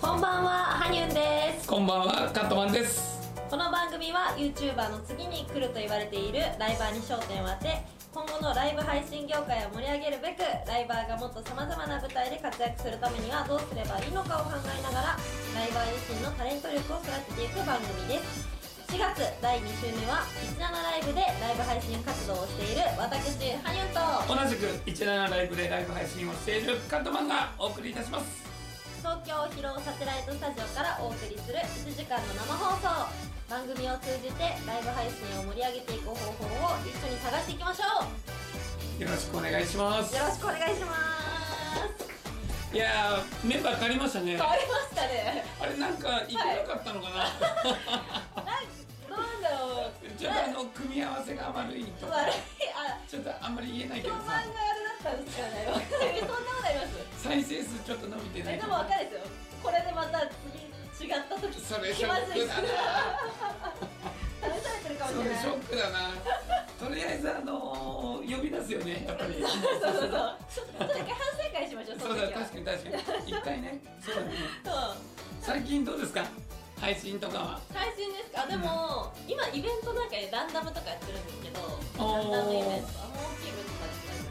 こんばんは、はにゅんです。こんばんは、カットマンです。この番組は YouTuber の次に来ると言われているライバーに焦点を当て、今後のライブ配信業界を盛り上げるべく、ライバーがもっと様々な舞台で活躍するためにはどうすればいいのかを考えながら、ライバー自身のタレント力を育てていく番組です。4月第2週目は17ライブでライブ配信活動をしている私、はにゅんと、同じく17ライブでライブ配信をしているカットマンがお送りいたします。東京広尾サテライトスタジオからお送りする1時間の生放送番組を通じてライブ配信を盛り上げていく方法を一緒に探していきましょうよろしくお願いします。よろしくお願いしますいやー、メンバー変わりましたね変。わりましたねあれ、なんか、いけなかったのかな。なんなんだろうちょっと、あの、組み合わせが悪いとか悪。いあちょっと、あんまり言えないけ評ど判があさ。れだったんですよねわかるそんなことあります再生数ちょっと伸びてなえいでともわか。かるですよこれでまた次違った時それシ気ョまッずいクっすだな。試されてるかもそしれ れないショックだな。とりあえず、あのー呼び出すよね、やっぱり。そうそうそうちょっとだけ反省会しましょうそそのう時だ、は確かに、確かに。一回ね。そうだね。そう最近どうですか。配信とかは。最新ですかでも、今イベントなんかでランダムとかやってるんですけどラおンーダムイベントあんま大きいイベントとかやってなく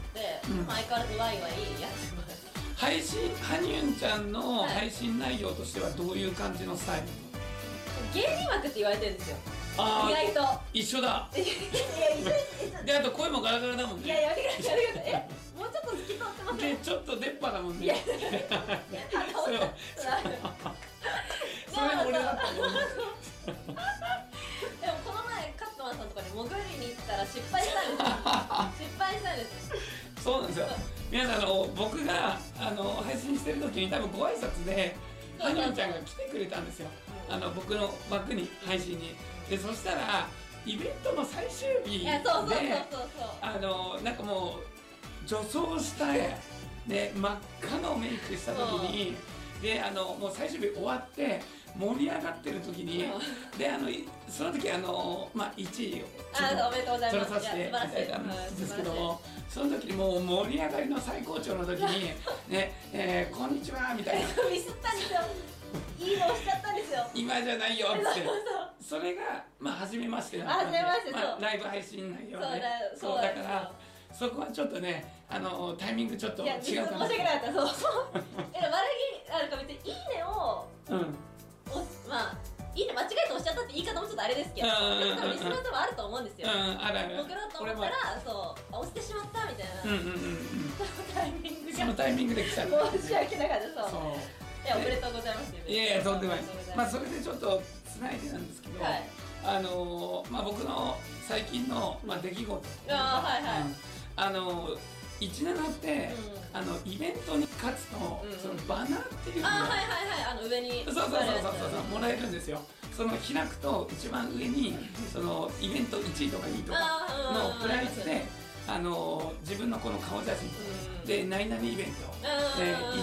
て、うんまあ相変わらずワイワイやってます配信はにゅんちゃんのはい配信内容としてはどういう感じのスタイル、芸人枠って言われてるんですよあ意外あと一緒だいやいやであと声もガラガラだもんいやいねやりがとうやりがとうえもうちょっと透き通ってませんでちょっと出っ歯だもんいやね鼻をそれはそれは俺だったもんねでもこの前カットマンさんとかに潜りに行ったら失敗したんですよ失敗したんですそうなんですよ皆さんあの僕があの配信してる時に多分ご挨拶ではにゅんちゃんが来てくれたんですよあの僕の枠に配信にでそしたらイベントの最終日いでやそうそうそうそうそうあのなんかもう女装したいで真っ赤のメイクした時にであのもう最終日終わって盛り上がってる時にであのいその時あのまあ1位をちょっあおとめでとうござい取まらすさせていただいたんですけどいやもその時にもう盛り上がりの最高潮の 時に「ねえーこんにちは」みたいな素晴らしいうん素晴らしいミスったんですよいいのしちゃったんですよ「今じゃないよ」っそうてそう。それがまあ初めましてだったんであ初めましてあそうライブ配信内容そうねだそうだからそこはちょっとね、あのタイミングちょっといや違うか申なし。訳なかったそうそうえ悪気あるか別に「いいね」をうん、押すまあ「いいね」間違えて押しちゃったって言い方もちょっとあれですけどうんうんうんうんでも多分リスナーともあると思うんですうん、よあるある。僕だと思俺ったもあらるそうあ押してしまったみたいな、うんうんうんタイミンうグん。そのタイミングで来ちゃった、が申し訳なかったそうそいやおめでとうございますう。いやいや、とんでもないおめでとうござまあ、ますそれでちょっと繋いでなんですけど、はいあのーまあ、僕の最近の、まあ、出来事。あーはいはいうんあのー、17って、うあの、イベントに勝つと、うんそのバナーっていうあのをはいはいはいあの上にそうそうそうそうそうあもらえるんですよその開くと一番上にそのイベント1位とか2位とかあのープライスであの自分のこの顔写真うんで何々うんイベンで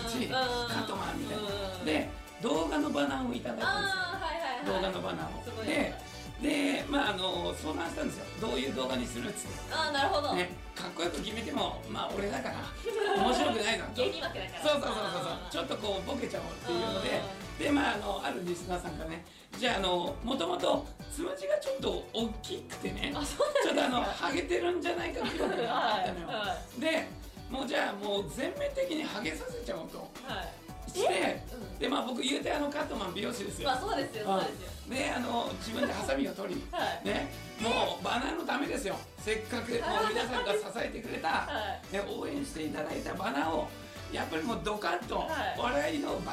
1位うんカットマンみたいなうトんで動画のバナーをいただいたんですああはいはいはいよ動画のバナすーごをいででまああの相談したんですよどういう動画にするっつってああなるほど、ねかっこよく決めてもまあ俺 だから面白くないなと芸人枠だからそうそうそうそうそうちょっとこうボケちゃおうっていうのででまああのあるリスナーさんがねじゃああのもともとつむじがちょっと大きくてねあそうちょっとあのハゲてるんじゃないかっていうのなんだが あはっいたのよ、でもうじゃあもう全面的にハゲさせちゃおうとはいはいしてうでまあ僕言うてあのカットマン美容師ですんよまあそうですよそうですよであの自分でハサミを取りはいねもうバナーのためですよせっかくもう皆さんが支えてくれたはいね、応援していただいたバナーをやっぱりもうドカンとはい笑いの爆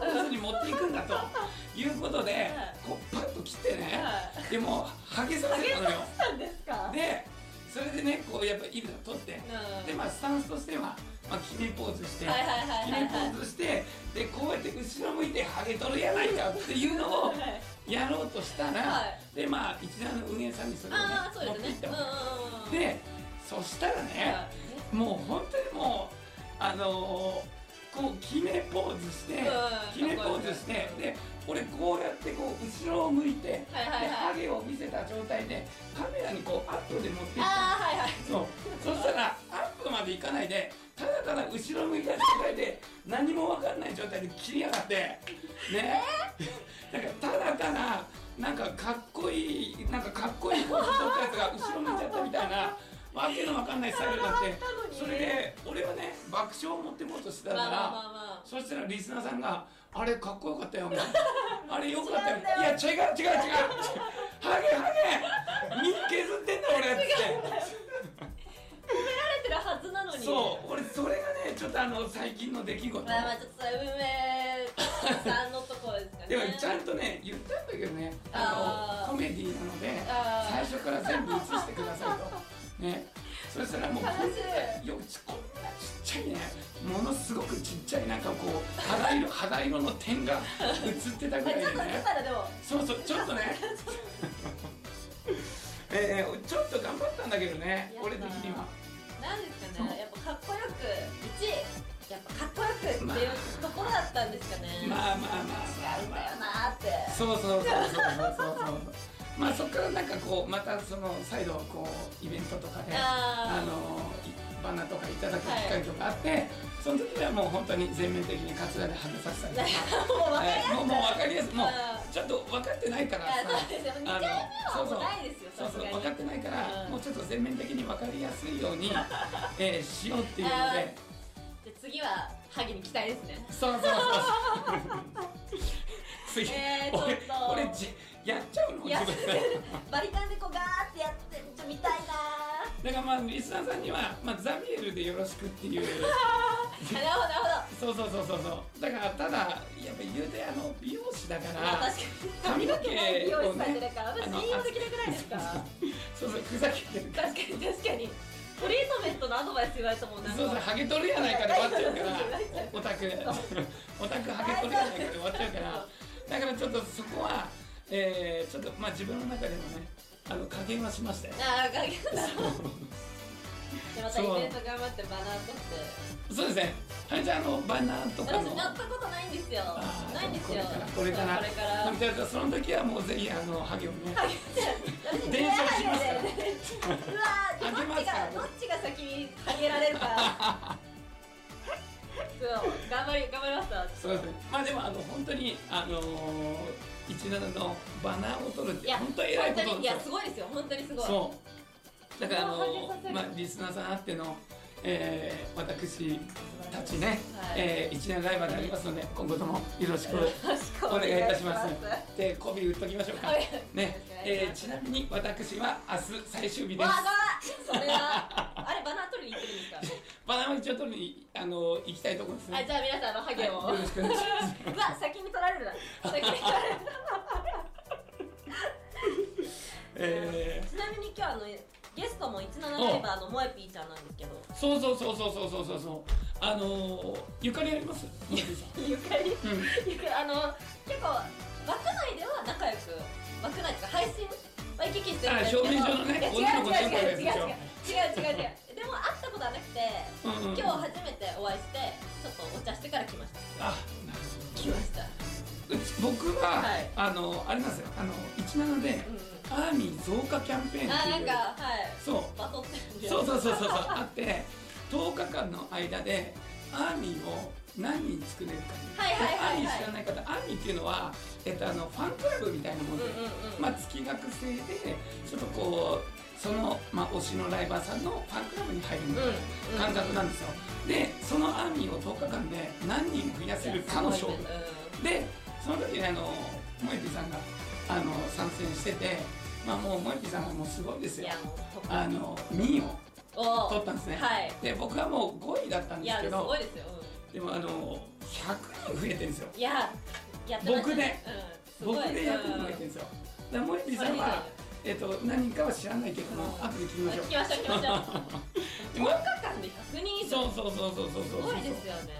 笑の渦に持っていくんだということで、いこうパッと切ってね、はいでもうハゲさせたのよなんですかでそれでねこうやっぱイルダ取ってうんでまあスタンスとしては、まあ、記念ポーズして、はいはいはい記はい念はポーズしてでこうやって後ろ向いてハゲ取るやないかっていうのをいはいやろうとしたら、はでまあ一段の運営さんにそれをねああそう持っですていねったうんわうんうんけ、でそした らね、はいもう本当にもうあのーこう決めポーズしてうん決めポーズしてで俺こうやってこう後ろを向いて、はいはいでハはいゲを見せた状態でカメラにこうアップで持っていったああはいはいそうそしたらアップまでいかないでただただ後ろ向いた状態で何も分かんない状態で切りやがってね、なんかただただなんかかっこいいなんかかっこいいポーズ取ったやつが後ろ向いちゃったみたいなわけの分かんないスタイルがあってそれで俺はね爆笑を持ってこうとしてたから、まあまあまあまあそしたらリスナーさんが「あれかっこよかったよ」みたい な「あれよかった違ようんだ」よいや違う違う違う「ハゲハゲ身削ってんだ俺」っつっ褒められてるはずなのてにそう俺それがねちょっとあの最近の出来事まあまあちょっとそれは梅さんのところですかねでもちゃんとね言ったんだけどねああーのコメディなのであー最初から全部映してくださいとねそしたらもうこんな悲しいよちこんなちっちゃいねものすごくちっちゃいなんかこう肌色肌色の点が映ってたぐまあらちいょでっとねだからでもそうそう、ちょ っとね。えー、ちょっと頑張ったんだけどねや、っぱ俺的には。なんですかねやっぱかっこよく1やっぱかっこよくっていうところだったんですかね、まあまあま違うんだよあまあ。なーってそうそうそうそうそうそうそう。まあそこからなんかこうまたその再度こうイベントとかで、ああーのいバナとかいただく機会とかあって、その時はもう本当に全面的にカツラで外させたりとか。もう分かりやすえーもうも うわかりやすい。もうあーちょっと分かってないからいやさそう。ですよ2あの回目はもうないですよそうさすそうがに分かってないから、うんもうちょっと全面的に分かりやすいように、えーしようっていうのあでじゃあ次はハゲに期待ですねそう そうそうそう次、えー俺ちょっと俺じやっちゃうのいや自分でバリカンでこうガーってやってちょっと見たいなだからまあリスナーさんには、まあ、ザビエルでよろしくって いうーなるほどなるそうそうそうそうそうだからただやっぱ言うてあの美容師だかほどら確かに髪の毛美容を師さんじゃないねから私あの信用できなくないですかそうそうふざけてるから確かに確かにトリートメントのアドバイス言われたもんなんかそうそうハゲ取るやないかで終わっちゃうからオタク オタクハゲ取るやないかで終わっちゃうからだからちょっとそこは、えー、ちょっとまあ自分の中でもねあの加減はし ましたよああガキだでまたイベント頑張ってバナーとってそうですねはいじゃああのバナーとか私のやったことないんですよあーないんですよこれかそらうこれからまあみたいなその時はもうぜひあのハゲをね私伝承しますからうわーどっちがあげますからどっちが先にハゲられるかそう頑張り頑張りますわそうですねまあでもあの本当にあのー、17のバナーを取るっいてや本当偉いこ本とな当にいんですよやすごいですよ本当にすごいそうだからあうわ反の省させるまあリスナーさんあっての、えー、私たちね、はいえー一年ライバルでありますので今後ともよろしくよろしくお願いいたしまおす願いしますで媚び打っときましょうかはいねお願いしえー、ますちなみに私は明日最終日でわすあそれはあれバナー取りに行ってるんですかバナナ一応取りにあの行きたいところですねあじゃあ皆さんあのハゲを、はいよろしくお願いしうますわ先に取られるな先に取られるえちなみに今日あのゲストも17メンバーのモエピーちゃんなんですけどー、そうそうそうそうそうそうそうそうあのー、ゆかりあります森さんゆかりうんゆかりあの結構枠内では仲良く枠内とか配信は行き来してるんですけどあ証明書のねいや違う違女の子う違う違う違う違う違う仲良いやつで違う違うしょでも会ったことはなくてう今んうん日初めてお会いしてちょっとお茶してから来ましたあなるほ来どましたうち僕は、はいあのあれなんですよあの17でうんアーミー増加キャンペーンうんあってないんうかはいそバトってるんうでそうそうそうそうそうあって10日間の間でアーミーを何人作れるかはいはいはいはいでアーミー知らない方アーミーっていうのは、えっと、あのファンクラブみたいなもうんんで、うんうんまあ、月額制でちょっとこうその、まあ、推しのライバーさんのファンクラブに入るみたいな感覚なんですよ、でそのアーミーを10日間で何人増やせるかの勝負うんでその時にあの萌ピさんがあの参戦しててまあもう萌ピさんがもうすごいですいよやもうあの2位をお取ったんですね、はいで僕はもう5位だったんいでやすけすどごいですよ、うでもあの100人増えてるんですよんいややってましたね、うん、僕すごいで100人増えてるんですよだから萌ピさんは、えっと何人かは知らないけども、うん後で 聞きましょう聞きましょう聞きましょうで10も日間で100人以上そうそうそうそうそうすそうごいですよね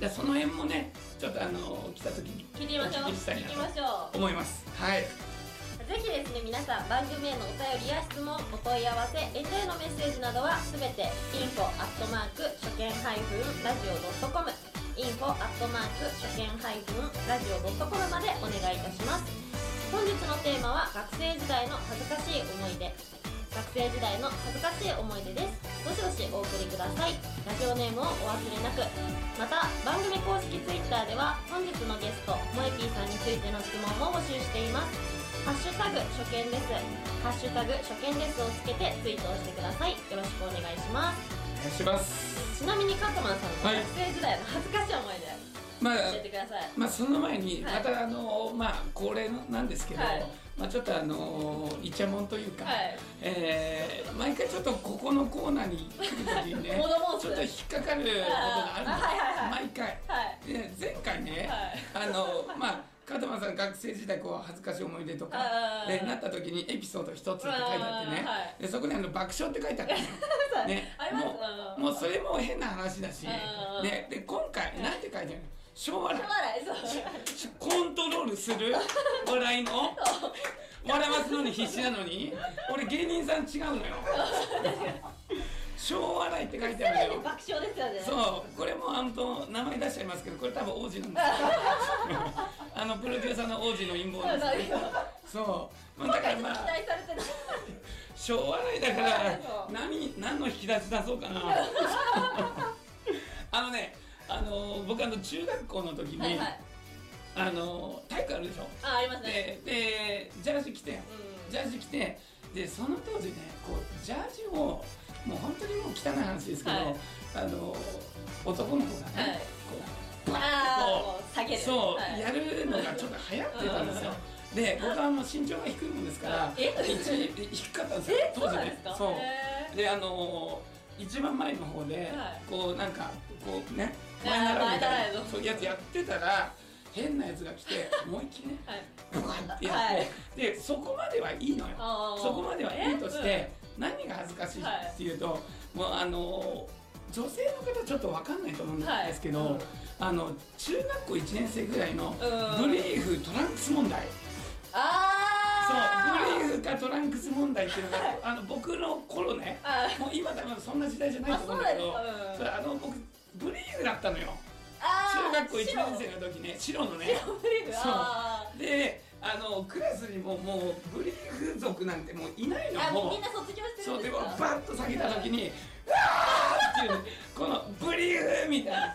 でその辺もねちょっとあの来た時に聞いてみましょうお聞きしたい聞なきましょ思いますはいうんぜひですね皆さん番組へのお便りや質問お問い合わせエンジョイのメッセージなどはすべて info アットマーク初見ハイフンラジオドットコム info アットマーク初見ハイフンラジオドットコムまでお願いいたします本日のテーマは学生時代の恥ずかしい思い出学生時代の恥ずかしい思い出ですどしどしお送りくださいラジオネームをお忘れなくまた番組公式 Twitter では本日のゲスト萌えピーさんについての質問も募集していますハッシュタグ初見ですハッシュタグ初見ですをつけてツイートをしてくださいよろしくお願いします願いしますちなみにカットマンさんはのい学生時代の恥ずかしい思い出まあ教えてくださいまあ、その前に、はいまたあのまあ恒例なんですけど、はいまあ、ちょっとあのイチャモンというか、はいえー毎回ちょっとここのコーナーに来る時 にねモードモーちズょっと引っかかることがあるんです、あはいはいは毎回はいで前回ね、はいあのまあ加藤さん学生時代こう恥ずかしい思い出とかあーでなった時にエピソード一つって書いてあってね、あーはいでそこにあの爆笑って書いてあったのよ ねありますうんもうもうそれも変な話だし、うんね、で今回なんて書いてあるの昭和しょうだがないそうコントロールする笑いの笑わすのに必死なのに俺芸人さん違うのよ小笑いって書いてあ全るのてよ爆笑ですよねそうこれもあんと名前出しちゃいますけどこれ多分王子 なんですよあのプロデューサーの王子の陰謀なんですけどそう、まあ、だから期ま待あされてない小笑いだからそう何何の引き出し出そうかな あのねあの僕あの中学校の時に、はいはいあの体育あるでしょあありますねででジャージ着てうんジャージ着てでその当時ねこうジャージをもう本当にもう汚い話ですけど、はいあの男の子がね、はいこうバあッあとこもう下げうるそう、はいやるのがちょっと流行ってたんですよ、で僕はもう身長が低いもんですからえ一低かったんですよえ当そう時なんでねすかそうへーであのー一番前の方で、はいこうなんかこうねあー前並びみた前い並なびそういうやつやってたら変なやつが来て思いっきりねはいボカンってやって、はいでそこまではいいのよあーそこまではいいとしえて、何が恥ずかしいっていうと、もうあのー女性の方ちょっとわかんないと思うんはいですけど、うんあの中学校1年生ぐらいのうんブリーフトランクス問題、そうあーブリーフかトランクス問題っていうのが、あの僕の頃ねあもう今多分そんな時代じゃないと思うんだけどあそうなんですかうんそれあの僕ブリーフだったのよあ中ー学校1年生の時ね白のね白ブリーフそうあであのクラスにももうブリーフ族なんてもういないーのあもうみんな卒業してそるうんでですもかバッと下げた時に「うわー!」っていうねこのブリーフみたいな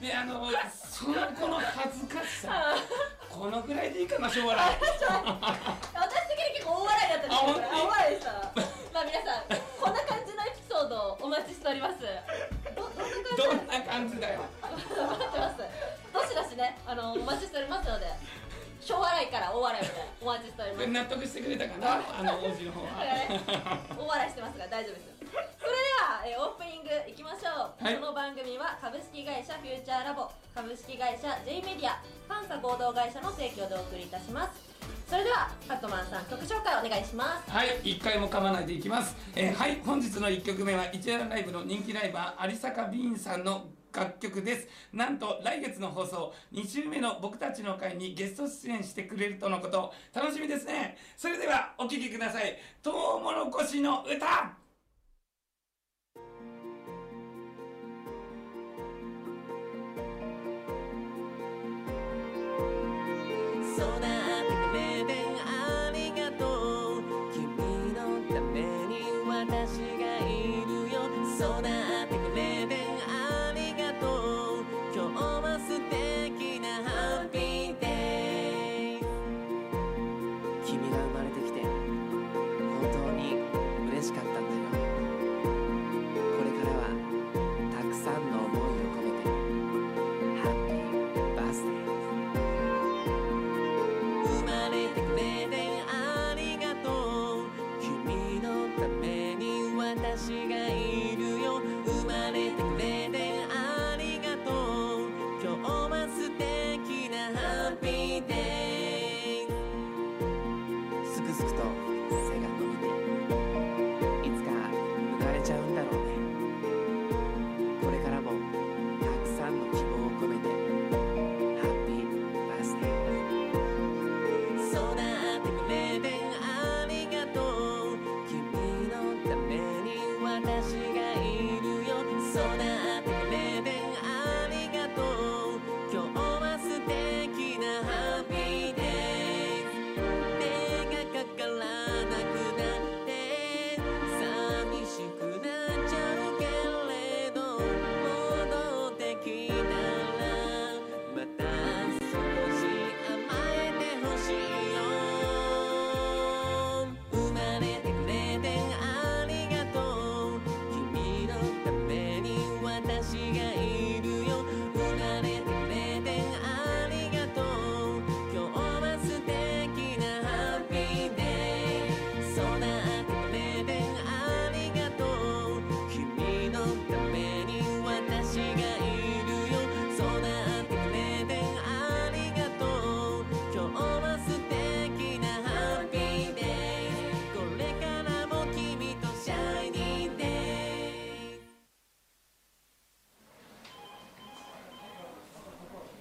であのその子の恥ずかしさあこのぐらいでいいかなしょうがないー私的に結構大笑いだったんですあよ本これ当に大笑いでしたまあ皆さんこんな感じのエピソードをお待ちしておりますどどんな感じどんな感じだよ待ってます。 どしどしね、あのお待ちしておりますので、小笑いから大笑いまでお待ちしておりこまれす。納得してくれたかなあの王子の方 は大笑いしてますが大丈夫ですよ。それでは、えーオープニングいきましょう、はいこの番組は株式会社フューチャーラボ株式会社 J メディアパンサ合同会社の提供でお送りいたしますそれではカットマンさん曲紹介お願いしますはい、一回も噛まないでいきます。えーはい、本日の一曲目は一夜ライブの人気ライバー有坂ビーンさんの楽曲です。なんと来月の放送2週目の僕たちの会にゲスト出演してくれるとのこと。楽しみですね。それではお聴きください。トウモロコシの歌。 「育ってくれてありがとう」「君のために私がいるよ」「育ってくれてありがとう」「今日は素敵なハッピーデイ」「君が生まれてきて本当に嬉しかったんだよ」「これからはたくさんの思いを込めて」「ハッピーバースデー」生まれてくれ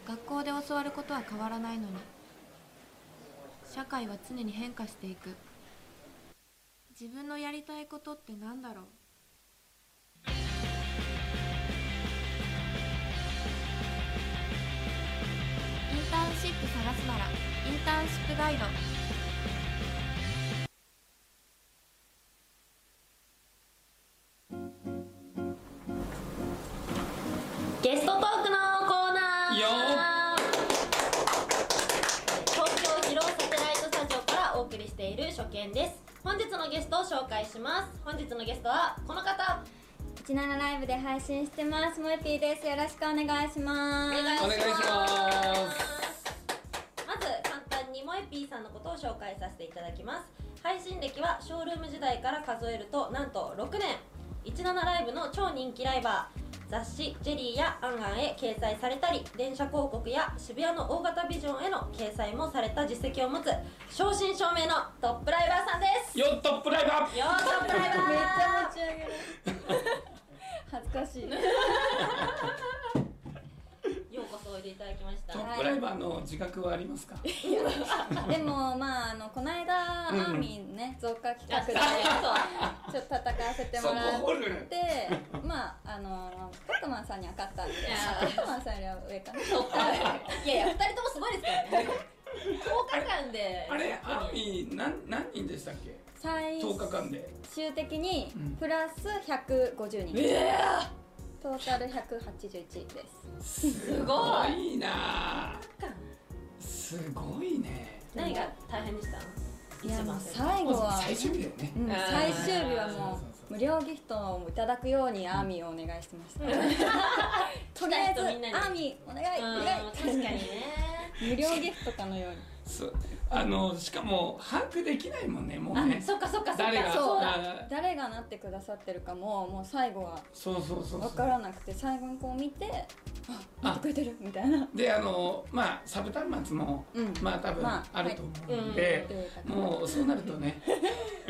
学校で教わることは変わらないのに社会は常に変化していく自分のやりたいことって何だろうインターンシップ探すならインターンシップガイドゲストトークのコーナーよ東京広尾サテライトスタジオからお送りしている初見です本日のゲストを紹介します本日のゲストはこの方17ライブで配信してますもえぴーですよろしくお願いしまおす願いしますお願いしままず簡単にもえぴーさんのことを紹介させていただきます配信歴はショールーム時代から数えるとなんと6年17ライブの超人気ライバー雑誌「ジェリー」や「アンアン」へ掲載されたり電車広告や渋谷の大型ビジョンへの掲載もされた実績を持つ正真正銘のトップライバーさんですすよっトップライバーよートップライバーめっちゃ持ち上げる恥ずかしいようこそおいでいただきま したトップライバーの自覚はありますかでもまああのこの間、うんアーミンね増加企画あ で そうちょっと戦わせてそこもらっ掘るてまああのカットマンさんには勝ったんでいやーカットマンさんよりは上かなそう いやいや2人ともすごいですからね10日間であれアーミーなん何人でしたっけ最10日間で終的にうんプラス150人、えトータル181ですすごいなすごいね何が大変でしたいや一もう番最後は最終日だよねうんあー最終日はそもうそうそうう無料ギフトをいただくようにアーミーをお願いしてました、 とりあえずア来た人みんなにーミーお願いうんお確願かいにね無料ギフトかのようにそうあのしかも把握できないもんねもうあねそっかそっかそっ誰かがそうだあ誰がなってくださってるかももう最後はそうそうそう分そかうらなくて最後にこう見てああなってくれてるみたいなであのまあサブ端末もうんまあ多分まああると思うんでというかもうそうなるとね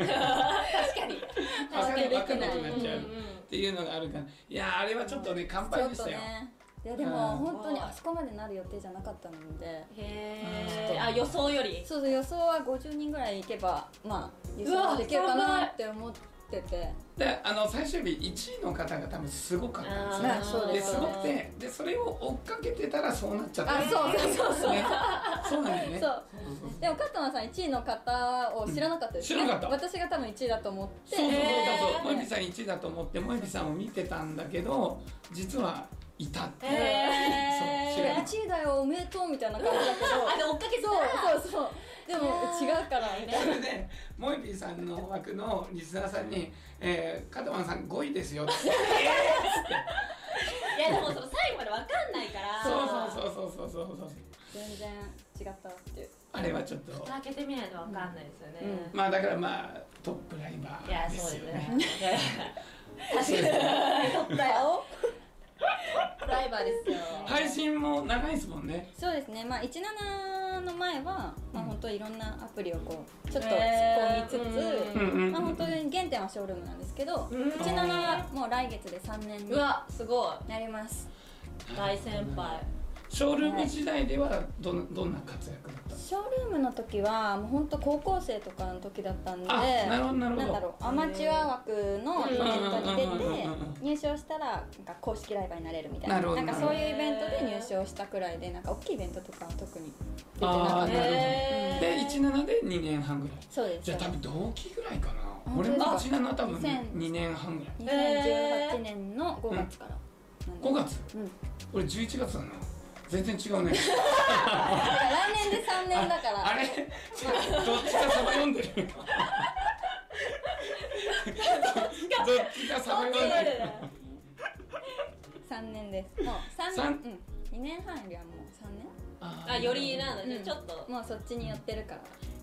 確かに分か確かにる分かんなくうなっんちゃうっていうのがあるからいやあれはちょっとね乾ちょ杯っでしとたよねいやでもうん本当にあそこまでなる予定じゃなかったのでうんへえあ予想よりそうそう予想は50人ぐらいいけばまあ予想はできるかなって思っててであの最終日1位の方が多分すごかったんですねねそうでですすごくてでそれを追っかけてたらそうなっちゃったあそうそうそうそうねそうなんだよねそうそうでもカットマンさん1位の方を知らなかったです、うん知らなかった私が多分1位だと思ってそうそうそうそうへそうもえびさん1位だと思ってもえびさんを見てたんだけど実はいたってへいうそう知らなえい1位だよおめでとうみたいな感じだけどあで追っかけてたらそうそうそうでも違うからみたいそれでもえびさんの枠のリスナーさんに「えー、カトマンさん5位ですよ」っていやでもその最後まで分かんないからそうそうそうそうそうそうそう全然違ったっていうあれはちょっと開けてみないと分かんないですよねうんまあだからまあトップライバいやーでそうすですよねねいやいや確かにそうだよライバーですよ配信も長いですもんねそうですねまあ17の前は、まあ本当いろんなアプリをこうちょっと突っ込みつつ、えーうんうんうんまあ本当に原点はショールームなんですけど、うん17はもう来月で3年にうわすごなりますい大先輩ショールーム時代ではどんどんな活躍だったのショールームの時はもう本当高校生とかの時だったんであなるほどなるほなんどだろうアマチュア枠のイベントに出てうんうんうんうんうん入賞したらなんか公式ライバーになれるみたいななるほどんかそういうイベントで入賞したくらいでなんか大きいイベントとかは特に出てなあかっーなるたほどへで17で2年半ぐらいそうですじゃあ多分同期ぐらいかな本俺当ですもか17多分2000 2年半ぐらい2018年の5月からなんで5月うん俺11月だな全然違うねだから来年で3年だからあれどっちかサバ読んでるどっちかサバ読んでる3年ですもう3年三うん2年半よりはもう3ああよりなんだ年ねうんちょっともうそっちに寄ってるから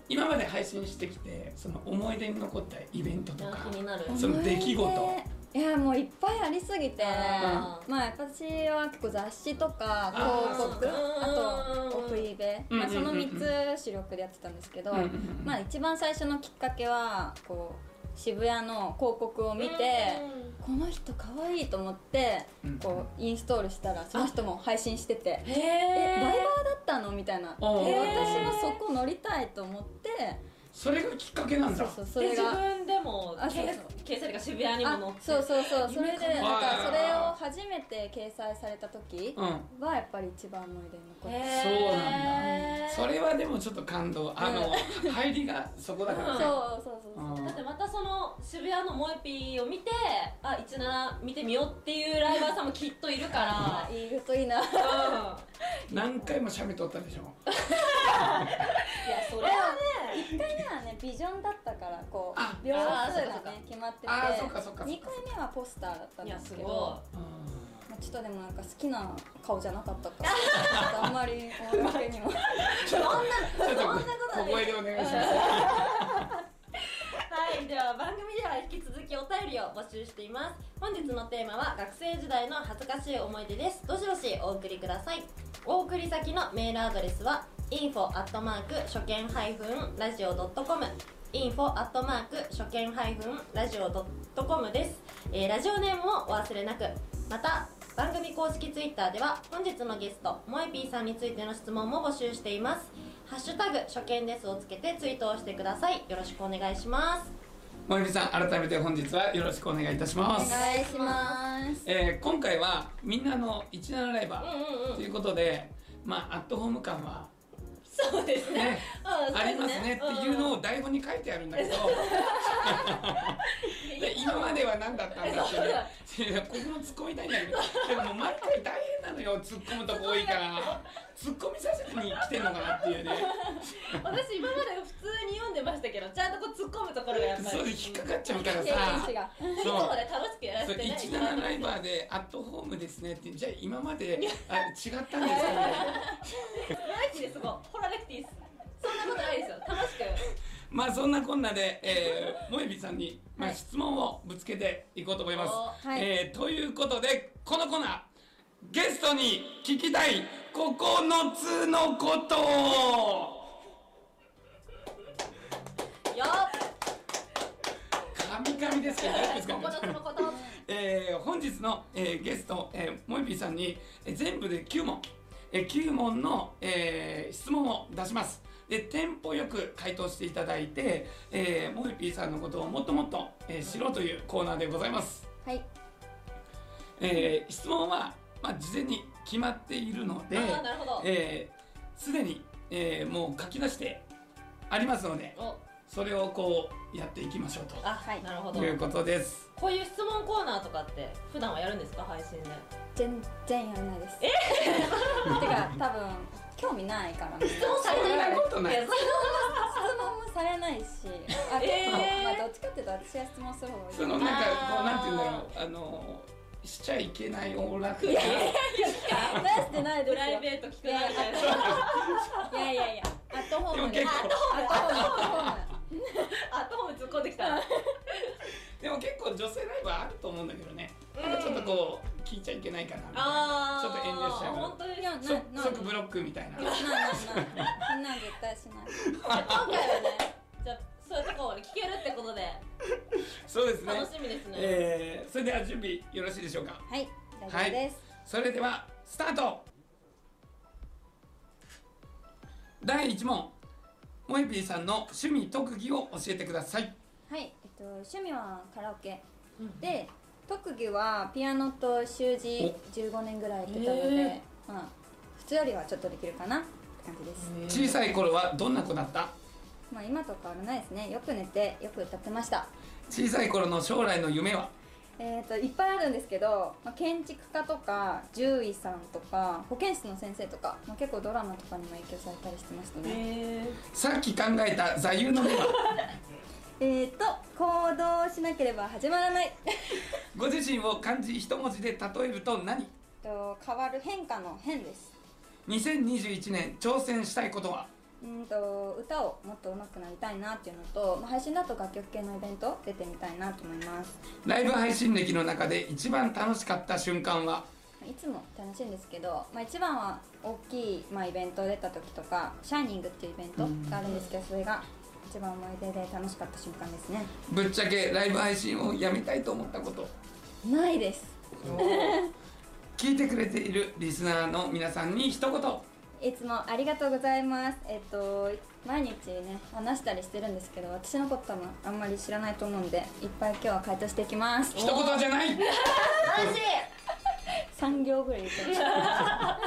今まで配信してきてその思い出に残ったイベントとか気になるその出来事いやもういっぱいありすぎてあーまあ私は結構雑誌とかあー広告うんあとオフイベ、うんまあ、そのうんうんうん3つ主力でやってたんですけど、うんうんうんまあ一番最初のきっかけはこう渋谷の広告を見て、この人可愛いと思ってうんこうインストールしたらその人も配信しててへ「ええライバーだったの?」みたいなでおー私もそこ乗りたいと思ってそれがきっかけなんそだうそうそでれ自が。分でもあそう掲そう掲載とか渋谷にもあ載ってそうそうそうそれ夢でかななんかあーそれを初めて掲載された時うんはやっぱり一番思い出に残ってるへーそうなんそれはでもちょっと感動あの入りがそこだからそうねそうそううそうんだってまたその渋谷の萌えピーを見てあ17見てみようっていうライバーさんもきっといるかあいるといいないやら何回も喋っとったでしょそれはね1回目はねビジョンだったからこあう秒数あーそうかそがうかね決まっててあーそっかそっかそっ2か回目はポスターだったんいでやすすけどごうんまあ、ちょっとでもなんか好きな顔じゃなかったからちょっとあんまり公にもちょっとちょっと小声でお願いしますいはいでは番組では引き続きお便りを募集しています本日のテーマは学生時代の恥ずかしい思い出ですどしどしお送りくださいお送り先のメールアドレスは info アットマーク初見ハイフンラジオドットコム info アットマーク初見ハイフンラジオドットコムです、えーラジオネームもお忘れなくまた番組公式ツイッターでは本日のゲストもえぴーさんについての質問も募集していますハッシュタグ初見ですをつけてツイートをしてくださいよろしくお願いしますもえみさん改めて本日はよろしくお願いいたします願いしますえー今回はみんなの17ライバうんうんうんーということでまあアットホーム感はそうですねうん ありますねっていうのを台本に書いてあるんだけどで今までは何だったんだっていういやここも突っ込みたいんだけどでももう毎回大変なのよ突っ込むとこ多いから突っ込みさせてに来てんのかなっていうね 私今まで普通に読んでましたけどちゃんとこう突っ込むところがやっぱそうり引っかかっちゃうから経験さ値がいいとこで楽しくやらそせうてね17ライバーで「アットホームですね」ってじゃあ今まであ違ったんですけどマジですごい掘らなくていいですそんなことないですよ楽しくまあそんなこんなで、えー、もえびさんに、まあ、質問をぶつけていこうと思います。おはいえーということでこのコーナーゲストに聞きたい9つのことよ 神々ですけど大丈夫ですっここのかそねのことえー本日の、えーゲスト、えー、もえびさんに、えー全部で9問、えー、9問の、えー質問を出しますでテンポよく回答していただいて、えー、もえびさんのことをもっともっと、えー知ろうというコーナーでございます、はいえー質問は、まあ、事前に決まっているのであーなるほどえーすでに、えーもう書き出してありますのでおそれをこうやっていきましょうとあはいなるほどいうことですこういう質問コーナーとかって普段はやるんですか配信で全然やらないですえてか多分興味ないからね質質問されそんなないことないや問もされないしあ、えーまあ、どっちかっていうと私は質問する方がいいそのなんかあーこうなんて言うんだろうあのしちゃいけないオーラク出してないでプすライよベート聞くなみたいない やいやいやアットホームででも結構アットホームアットホームあトム突っ込んできたでも結構女性ライブはあると思うんだけどねなんかちょっとこう聞いちゃいけないかなみたいなあちょっと遠慮しちゃう本当にいやなそな即ブロックみたいなないないないそんなん絶対しない今回はねじゃあそういうところ聞けるってことでそうですね楽しみですねえーそれでは準備よろしいでしょうかはい大丈夫です、それではスタート第1問もえぴーさんの趣味特技を教えてくださいはい、えっと、趣味はカラオケ、で特技はピアノと習字15年ぐらいやってたので、えまあ、普通よりはちょっとできるかなって感じです、小さい頃はどんな子だったまあ、今と変わらないですねよく寝てよく歌ってました小さい頃の将来の夢はえっといっぱいあるんですけど、まあ、建築家とか獣医さんとか保健室の先生とか、まあ、結構ドラマとかにも影響されたりしてましたね、えさっき考えた座右の銘はえっと行動しなければ始まらない えっご自身を漢字一文字で例えると何と変わる変化の変です ?2021 年挑戦したいことはうんと歌をもっと上手くなりたいなっていうのと、まあ、配信だと楽曲系のイベント出てみたいなと思いますライブ配信歴の中で一番楽しかった瞬間はいつも楽しいんですけど、まあ、一番は大きい、まあ、イベント出た時とか「シャイニングっていうイベントがあるんですけどそれが一番思い出で楽しかった瞬間ですねぶっちゃけライブ配信をやめたいと思ったことないです 聞いてくれているリスナーの皆さんに一言いつもありがとうございますえっと毎日ね話したりしてるんですけど私のこと多分あんまり知らないと思うんでいっぱい今日は回答していきます一言じゃない3行ぐらい言ってました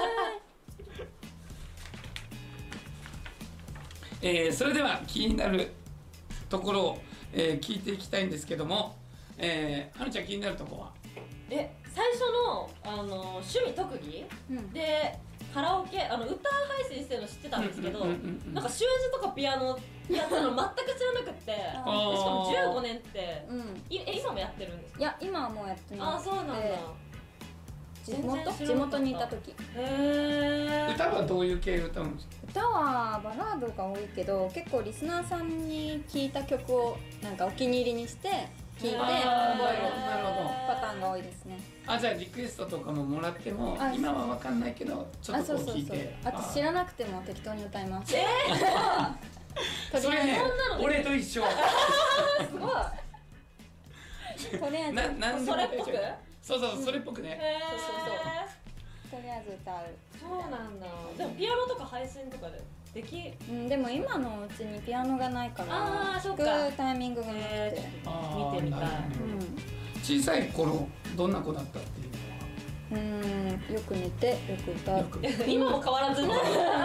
えーそれでは気になるところを、えー聞いていきたいんですけども、えー、はるちゃん気になるところはえ最初のあの趣味特技うんでカラオケあの歌配信してるの知ってたんですけど、うんうんうんうんなんか習字とかピアノやったの全く知らなくってしかあーも15年ってうんいえ今もやってるんですかいや今はもうやってあなあいそうなんだへで地全然元知らなかった地元にいた時え歌はどういう系歌うんですか歌はバラードが多いけど結構リスナーさんに聞いた曲をなんかお気に入りにして聞いて覚えるなるほどパターンが多いですねあじゃあリクエストとかももらってもあ今は分かんないけどちょっあとそこううそうそう聞いてあと知らなくても適当に歌いますえあーそれねそんなの俺と 一緒すごいとりあえずななんでそもれっぽく大丈夫そうそうそれっぽくへね、えとりあえず歌う、そうなんだでもピアノとか配信とかでできへうん、でも今のうちにピアノがないかあーらそ弾っかくタイミングがなくて、えちょあっーと見てみたいなるほどねうん小さい頃どんな子だったっていううーんよく寝てよく歌うのはよく今も変わらずね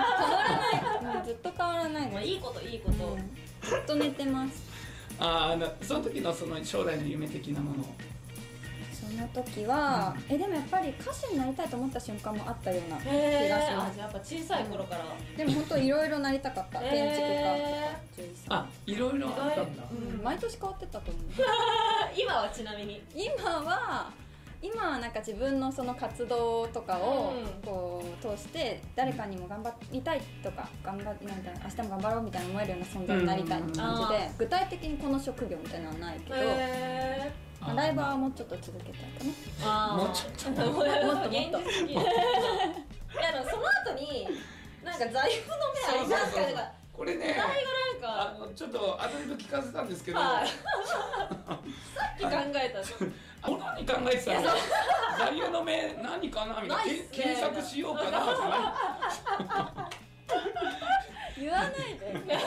うんずっと変わらなまいのあずいいこといいこと、っと寝てますああその時のその将来の夢的なものその時は、えでもやっぱり歌手になりたいと思った瞬間もあったようなへえ気がしますじゃあやっぱ小さい頃から、でも本当いろいろなりた かったへー建築家とか女優さんあいろいろあったんだうん毎年変わってたと思う今はちなみに今は今はなんか自分のその活動とかをうんこう通して誰かにも頑張りたいとか頑張りなんだろう明日も頑張ろうみたいな思えるような存在になりたいって感じうんで具体的にこの職業みたいなのはないけど、へえまあライブはもうちょっと続けたいかなあーもうちょっと もっもっと現実的いやでもその後になんか座右の銘ありそうまそうすかそうなんかこれねなんあかのちょっとアドリブ聞かせたんですけど、はいさっき考えたのあの何考えてたの座右の銘何かなみたいなないっすねけ検索しようかなとか言わないで 言わないでくださ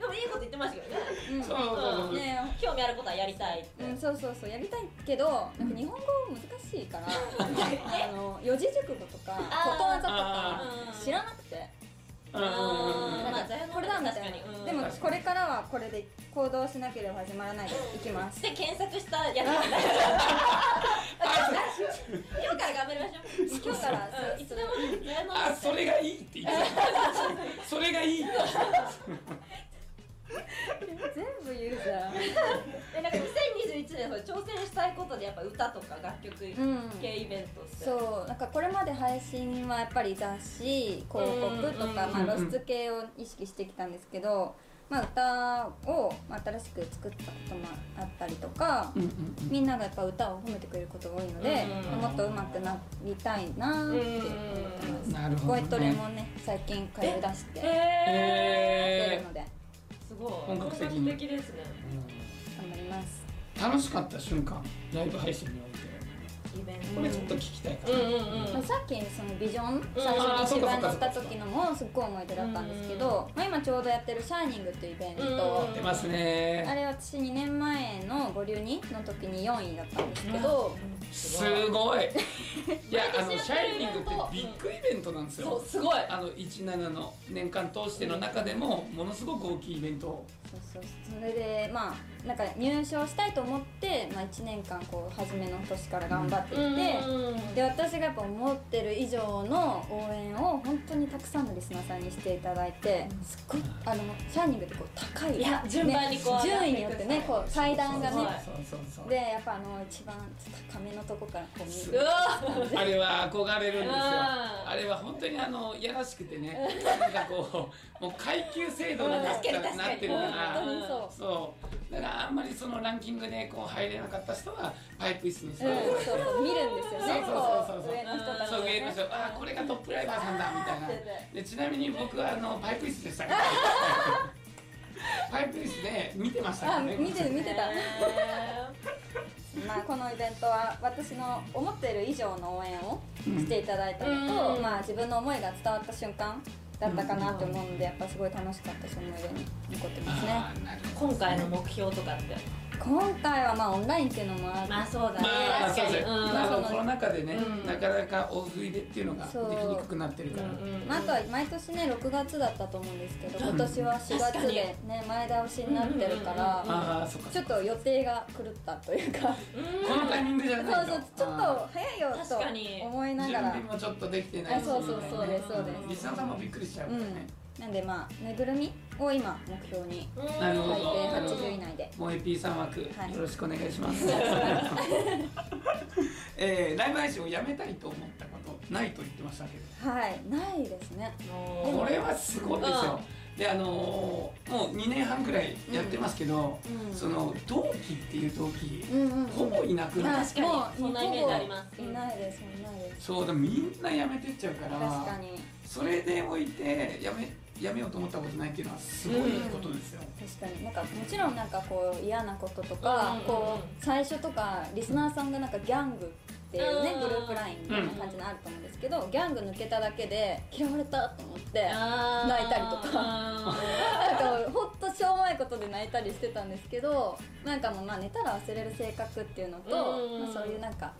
でもいいこと言ってましたけどねい、うんそうそうそう、ね興味あることはやりたいって、うん、そうそうそうやりたいけどなんか日本語難しいからあの四字熟語とかあーことわざとかうん知らなくてうんうんうんうんーまあ座右の銘これだみたい確かにうなんでもこれからはこれで行動しなければ始まらないでいきますで検索したやつあ今日から頑張りましょう今日からうんいつそでうもね座右の銘あそれがいいって言って たそれがいいって全部言うじゃんえなんか2021年それ挑戦したいことでやっぱ歌とか楽曲うん系イベントって、そうなんかこれまで配信はやっぱり雑誌広告とか、うんまあ、露出系を意識してきたんですけど、まあ、歌をまあ新しく作ったこともあったりとか、うんうんうんみんながやっぱ歌を褒めてくれることが多いので、うんもっと上手くなりたいなって思ってます、なるほど、ボね、イトレもね最近通い出してやへってえるのでーすごい本格的に本格的ですねーうん頑張ります楽しかった瞬間ライブ配信においてイベンこれちょっと聞きたいかトら、うんうんうんまあさっきそのビジョン最あー初そにうかそうか芝居乗そうっかた時のもすっごい思い出だったんですけど、まあ、今ちょうどやってる「シャーニング」っていうイベント、うん出ますねあれ私2年前の五流にの時に4位だったんですけど、すご いいやあのシャイニングってビッグイベントなんでそすようすごいあの17の年間通しての中でもものすごく大きいイベントそうそうそれでまあなんか入賞したいと思って、まあ、1年間こう初めの年から頑張ってきて、で私がやっぱ思ってる以上の応援を本当にたくさんのリスナーさんにしていただいて、すっごいあのシャーニングってこう高いいや順番にこう上ねがっ順て位いくによってねこう階段がねそうそうそうそうでやっぱあの一番高めのとこからこう見するうわあれは憧れるんですうよんあれは本本当にあのやらしくてねなんかこう もう階級制度になっ確かに確かになってるから本当にそうそうだからあんまりそのランキングでこう入れなかった人はパイプ椅子に座うんる、そうそう見るんですよねそうそうそうそうこう上の人たちそう上のね人あーこれがトップライバーさんだみたいな出てでちなみに僕はあのパイプ椅子でしたからパイプ椅子で見てましたかあらね見てる見てたえまあ、このイベントは私の思ってる以上の応援をしていただいたのと、うんまあ、自分の思いが伝わった瞬間だったかなと思うのでやっぱすごい楽しかったし思い出に残ってますねあーなるーほど今回の目標とかって今回はまあオンラインっていうのもあるまあそうだね、まあ、確かそうにでうすん、あのコロナ禍でね、うんなかなか大食いでっていうのができそうにくくなってるから、うんうんまあ、あとは毎年ね6月だったと思うんですけど今年は4確か月にでね前倒しになってるうんかうんうんうんらああそっかちょっと予定が狂ったというかうんこのタイミングじゃそうないとそうちょっと早いよ確かにと思い準ながら備もちょっとできてないしあそうそうそうですそうですリスナーさんもびっくりしちゃうからね、なんでまあぬいぐるみを今目標にうんなるほ最ど低80以内でもう EP 三枠、はいよろしくお願いします。えーライブ配信をやめたいと思ったことないと言ってましたけど、はいないですねもうこれはすごいですよ。であのーもう2年半ぐらいやってますけど、うんその同期っていう同期、うんうんほぼいなくなる。確かにそんなイメージありますいないですいないですそうだみんな辞めてっちゃうから確かにそれでおいてやめやめようと思ったことないっていうのはすごいことですよ、確かになんかもちろんなんかこう嫌なこととか、うんこう最初とかリスナーさんがなんかギャングっていうね、うんグループラインみたいな感じのあると思うんですけど、ギャング抜けただけで嫌われたと思ってなんかあー泣いたりとかほんとしょうもないことで泣いたりしてたんですけどなんかもうまあ寝たら忘れる性格っていうのと、うんまあ、そういうなんか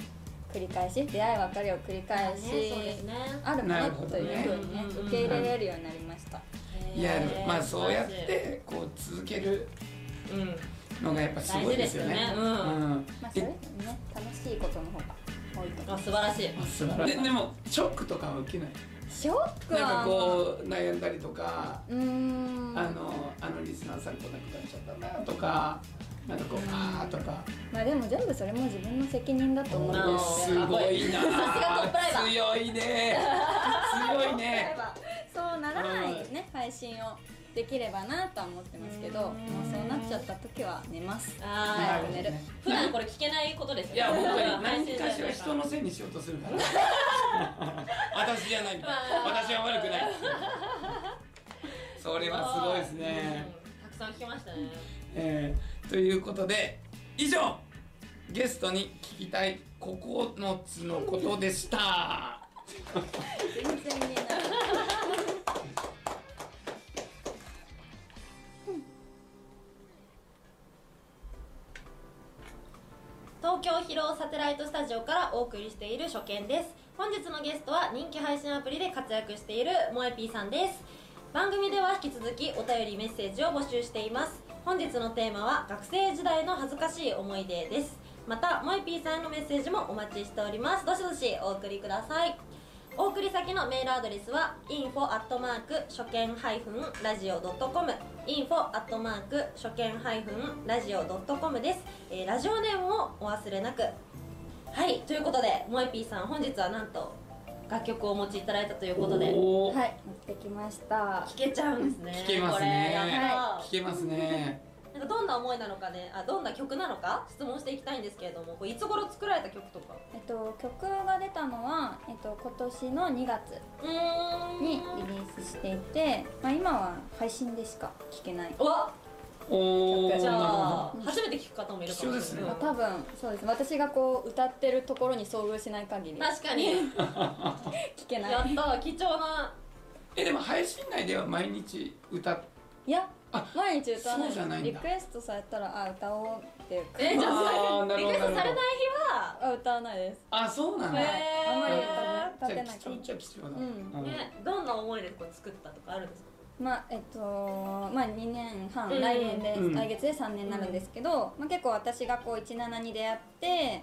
繰り返し出会い別れを繰り返ねし、そうですねあるもなるのほとどいねうふうにねうん受け入れられるようになりました、いやへーまあそうやってこう続けるうんのがやっぱすごいですよね大事ですよねうんんまあ、それでもね楽しいことの方が多いと思いますあ素晴らしいあ素晴らしいででもショックとかは受けないショックはなんかこう悩んだりとか、うーんあのあのリスナーさん来なくなっちゃったなとかなんかこう、あーとかまあでも全部それも自分の責任だと思うんあーですすごいながトップライバー強いね強いねそうならないね配信をできればなとは思ってますけどもうそうなっちゃった時は寝ますあーあ寝る普段これ聞けないことですよいや本当に配何信かしら人のせいにしようとするから私じゃないんだ私は悪くないそれはすごいですね、うんたくさん聞けましたねえーということで以上ゲストに聞きたい9つのことでした全然寝ない東京広尾サテライトスタジオからお送りしている初見です本日のゲストは人気配信アプリで活躍しているもえぴーさんです番組では引き続きお便りメッセージを募集しています本日のテーマは学生時代の恥ずかしい思い出ですまたもえぴーさんへのメッセージもお待ちしておりますどしどしお送りくださいお送り先のメールアドレスは info アットマーク初見ハイフンラジオドットコム info アットマーク初見ハイフンラジオドットコムです、えーラジオネームをお忘れなくはいということでもえぴーさん本日はなんと楽曲をお持ちいただいたということでおーはい持ってきました聴けちゃうんですね聞けますねこれやった聞けますねなんかどんな思いなのかねあどんな曲なのか質問していきたいんですけれどもこれいつ頃作られた曲とかえっと曲が出たのはえっと今年の2月うーんにリリースしていてまあ今は配信でしか聴けないおわおーじゃなあ初めて聴く方もいるかもしれない貴重ですねうん多分そうです私がこう歌ってるところに遭遇しない限り確かに聞けないやった貴重なえでも配信内では毎日歌っいやあ毎日歌わないそうじゃないんだリクエストされたらあ歌おうってえじゃあーあそなれるほリどクエストされないあ歌わないですあそうなん日だ、はあんまりへ歌歌じゃってあない貴かも重っちゃ貴重だ、うーんねどんな思いでこう作ったとかあるんですかまあえっとまあ2年半、うん来年で、うん来月で3年になるんですけど、まあ、結構私がこう17に出会って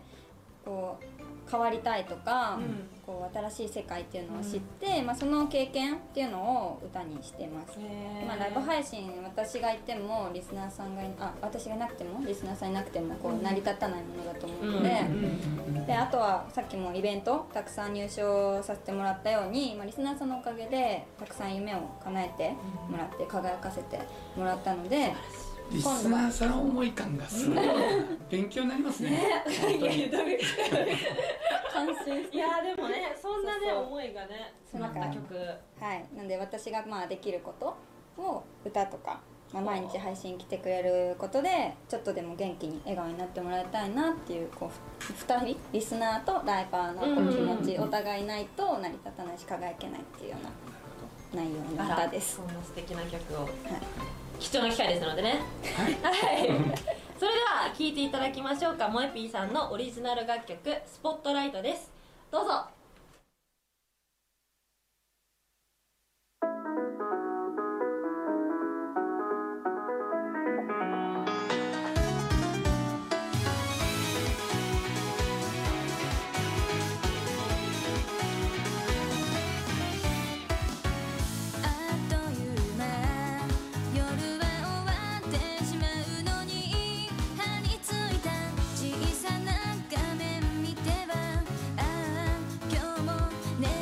こう変わりたいとか、うんこう新しい世界っていうのを知って、まあ、その経験っていうのを歌にしてます、まあ、ライブ配信私がいてもリスナーさんがいあ私がなくてもリスナーさんいなくてもこう成り立たないものだと思うので。であとはさっきもイベントたくさん入賞させてもらったように、まあ、リスナーさんのおかげでたくさん夢を叶えてもらって輝かせてもらったので、リスナーさん思い感がすごい勉強になりますね 本当に感心しいやーでもねそんなねそうそう思いがねそう詰まった曲はいなんで私がまあできることを歌とか、まあ、毎日配信来てくれることでちょっとでも元気に笑顔になってもらいたいなっていうこうふ2人リスナーとライバーのこう気持ち、お互いないと成り立たないし輝けないっていうような内容の歌ですそんな素敵な曲を、い貴重な機会ですのでね はい、それでは聴いていただきましょうかもえぴーさんのオリジナル楽曲「スポットライト」ですどうぞあっという間夜は終わってしまうのに歯についた小さな画面見てはああ今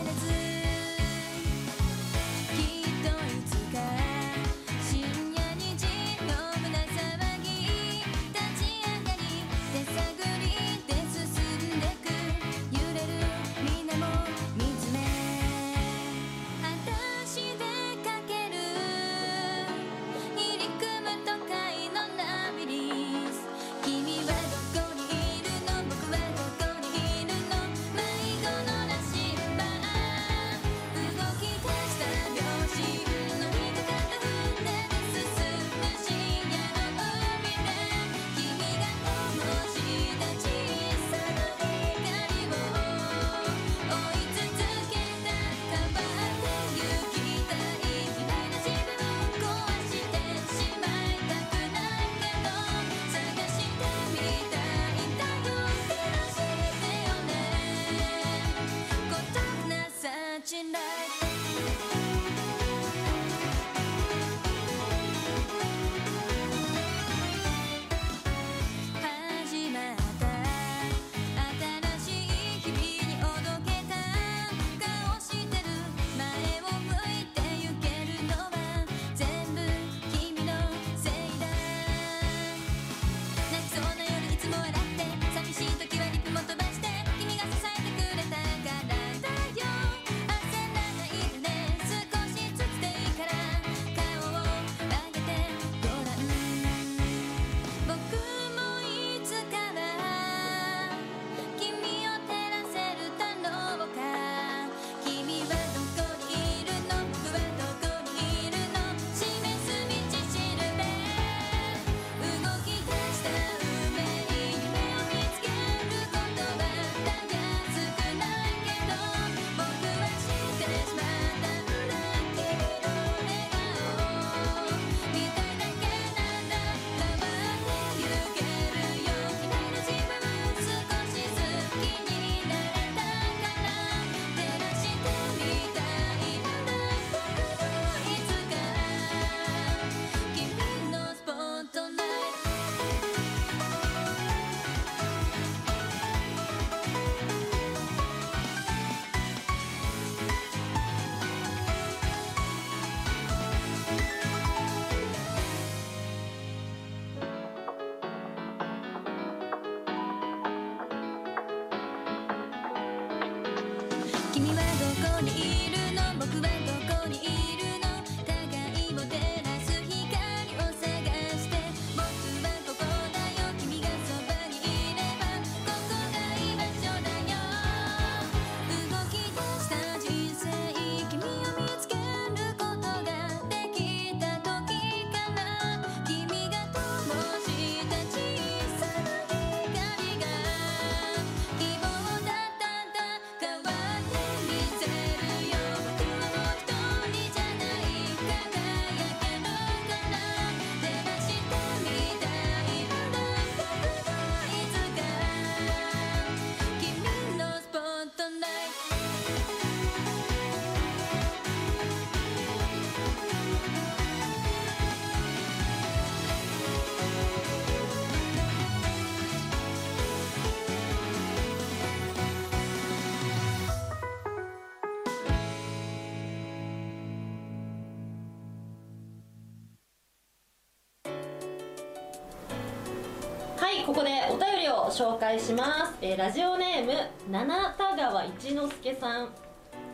ここでお便りを紹介します、えーラジオネーム七田川一之輔さん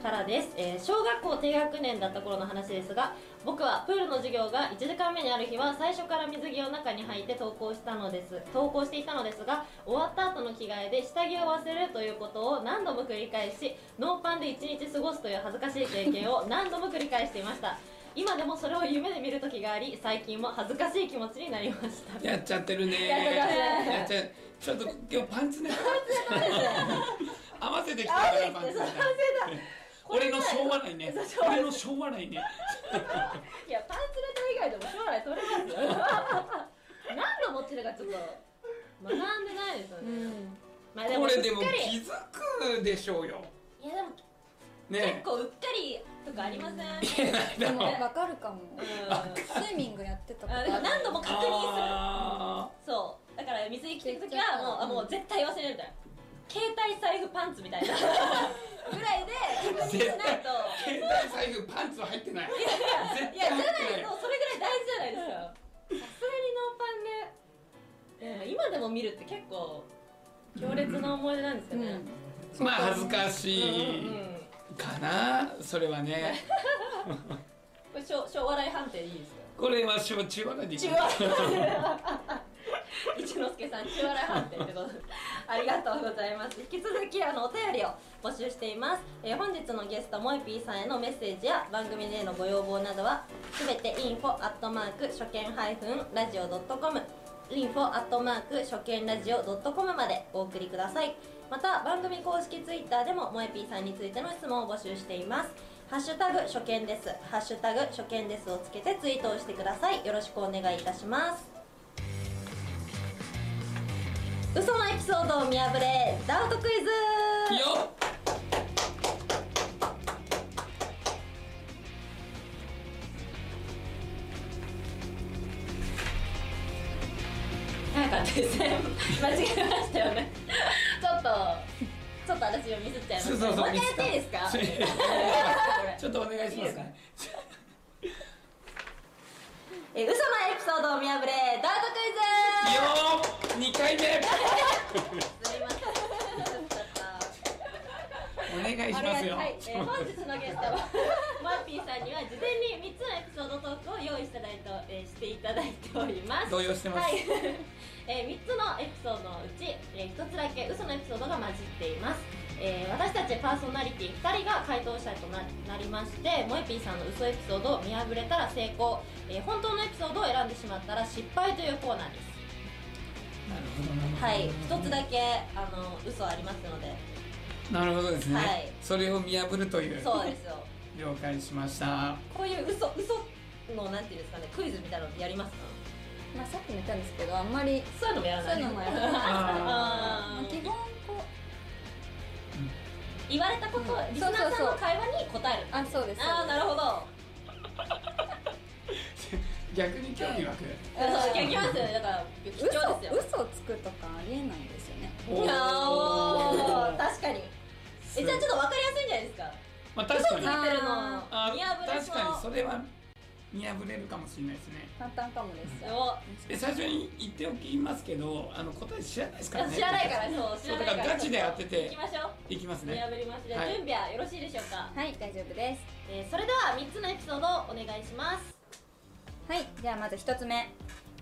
からです、えー小学校低学年だった頃の話ですが僕はプールの授業が1時間目にある日は最初から水着を中に履いて登校したのです登校していたのですが終わった後の着替えで下着を忘れるということを何度も繰り返しノーパンで1日過ごすという恥ずかしい経験を 何度も繰り返していました今でもそれを夢で見る時があり最近も恥ずかしい気持ちになりましたやっちゃってるねやっちゃってますねやっちゃうちょっと今日パンツね合わせてきたからパンツね俺の昭和ないね俺の昭和ないねいやパンツネタ以外でも将来取れますよ何度持ってるかちょっと学んでないですよね、まあでこもれでもう気っかりづくでしょうよいやでも結ね構うっかりとかありません、でもわかるかもうんあスイミングやってたこだからと何度も確認するあそうだから水着着てる時はもうあもう絶対忘れるみたいな携帯財布パンツみたいなぐらいで確認しないとー携帯財布パンツは入ってないい絶や対じゃ入ないってないとそれぐらい大事じゃないですかさすがにノーパンで、えー今でも見るって結構強烈な思い出なんですよね、うんまあ恥ずかしうんうんういんかなそれはねこれ小小笑い判定でいいですかこれはしょ中和ができ中る笑い一之輔さん中笑い判定ってことでありがとうございます引き続きあのお便りを募集しています、えー本日のゲストもえぴーさんへのメッセージや番組でのご要望などはすべて info アットマーク初見ハイフンラジオドットコム info アットマーク初見ラジオドットコムまでお送りくださいまた番組公式ツイッターでももえぴーさんについての質問を募集していますハッシュタグ初見ですハッシュタグ初見ですをつけてツイートをしてくださいよろしくお願いいたします嘘のエピソードを見破れダウトクイズよ早かったですね間違えましたよねちょっとちょっと私をミスっちゃいましたそうそうそうもう一回やっていいですか ちょっとお願いしますねえ嘘のエピソードを見破れダウトクイズよ2回目すみませんお願いしますよはい、えー、本日のゲストは マーピーさんには事前に3つのエピソードトークを用意していただいて,、えーしていただいております動揺してますはい、 えー、3つのエピソードのうち、えー、1つだけ嘘のエピソードが混じっています、えー、私たちパーソナリティ2人が回答者とななりましてもえぴーさんの嘘エピソードを見破れたら成功、えー、本当のエピソードを選んでしまったら失敗というコーナーですなるほどなるほどはい1つだけあの嘘ありますのでなるほどですね、はいそれを見破るというそうですよ了解しましたこういう嘘嘘のなんていうんですかねクイズみたいなのってやりますかまあさっきも言ったんですけどあんまりそういうのもやらそうないいうのもやらないああまあー基本こ言われたことをうんリスナーさそんうのそうそう会話に答えるうあそうですああなるほどー逆に興味湧くそう聞きますよねだから貴嘘重ですよ嘘をつくとかありえないんですよねおーあー確かにえじゃあちょっと分かりやすいんじゃないですかまあ確かに嘘ついてるあの見破れ確そかにうそれは見破れるかもしれないですね簡単かもですおで最初に言っておきますけどあの答え知らないですからね知らないからそう知そらなうだいからからガチで当て行てきましょいきますう見ね破りましょうじゃあはい準備はよろしいでしょうかはい大丈夫ですえーそれでは3つのエピソードをお願いしますはいじゃあまず一つ目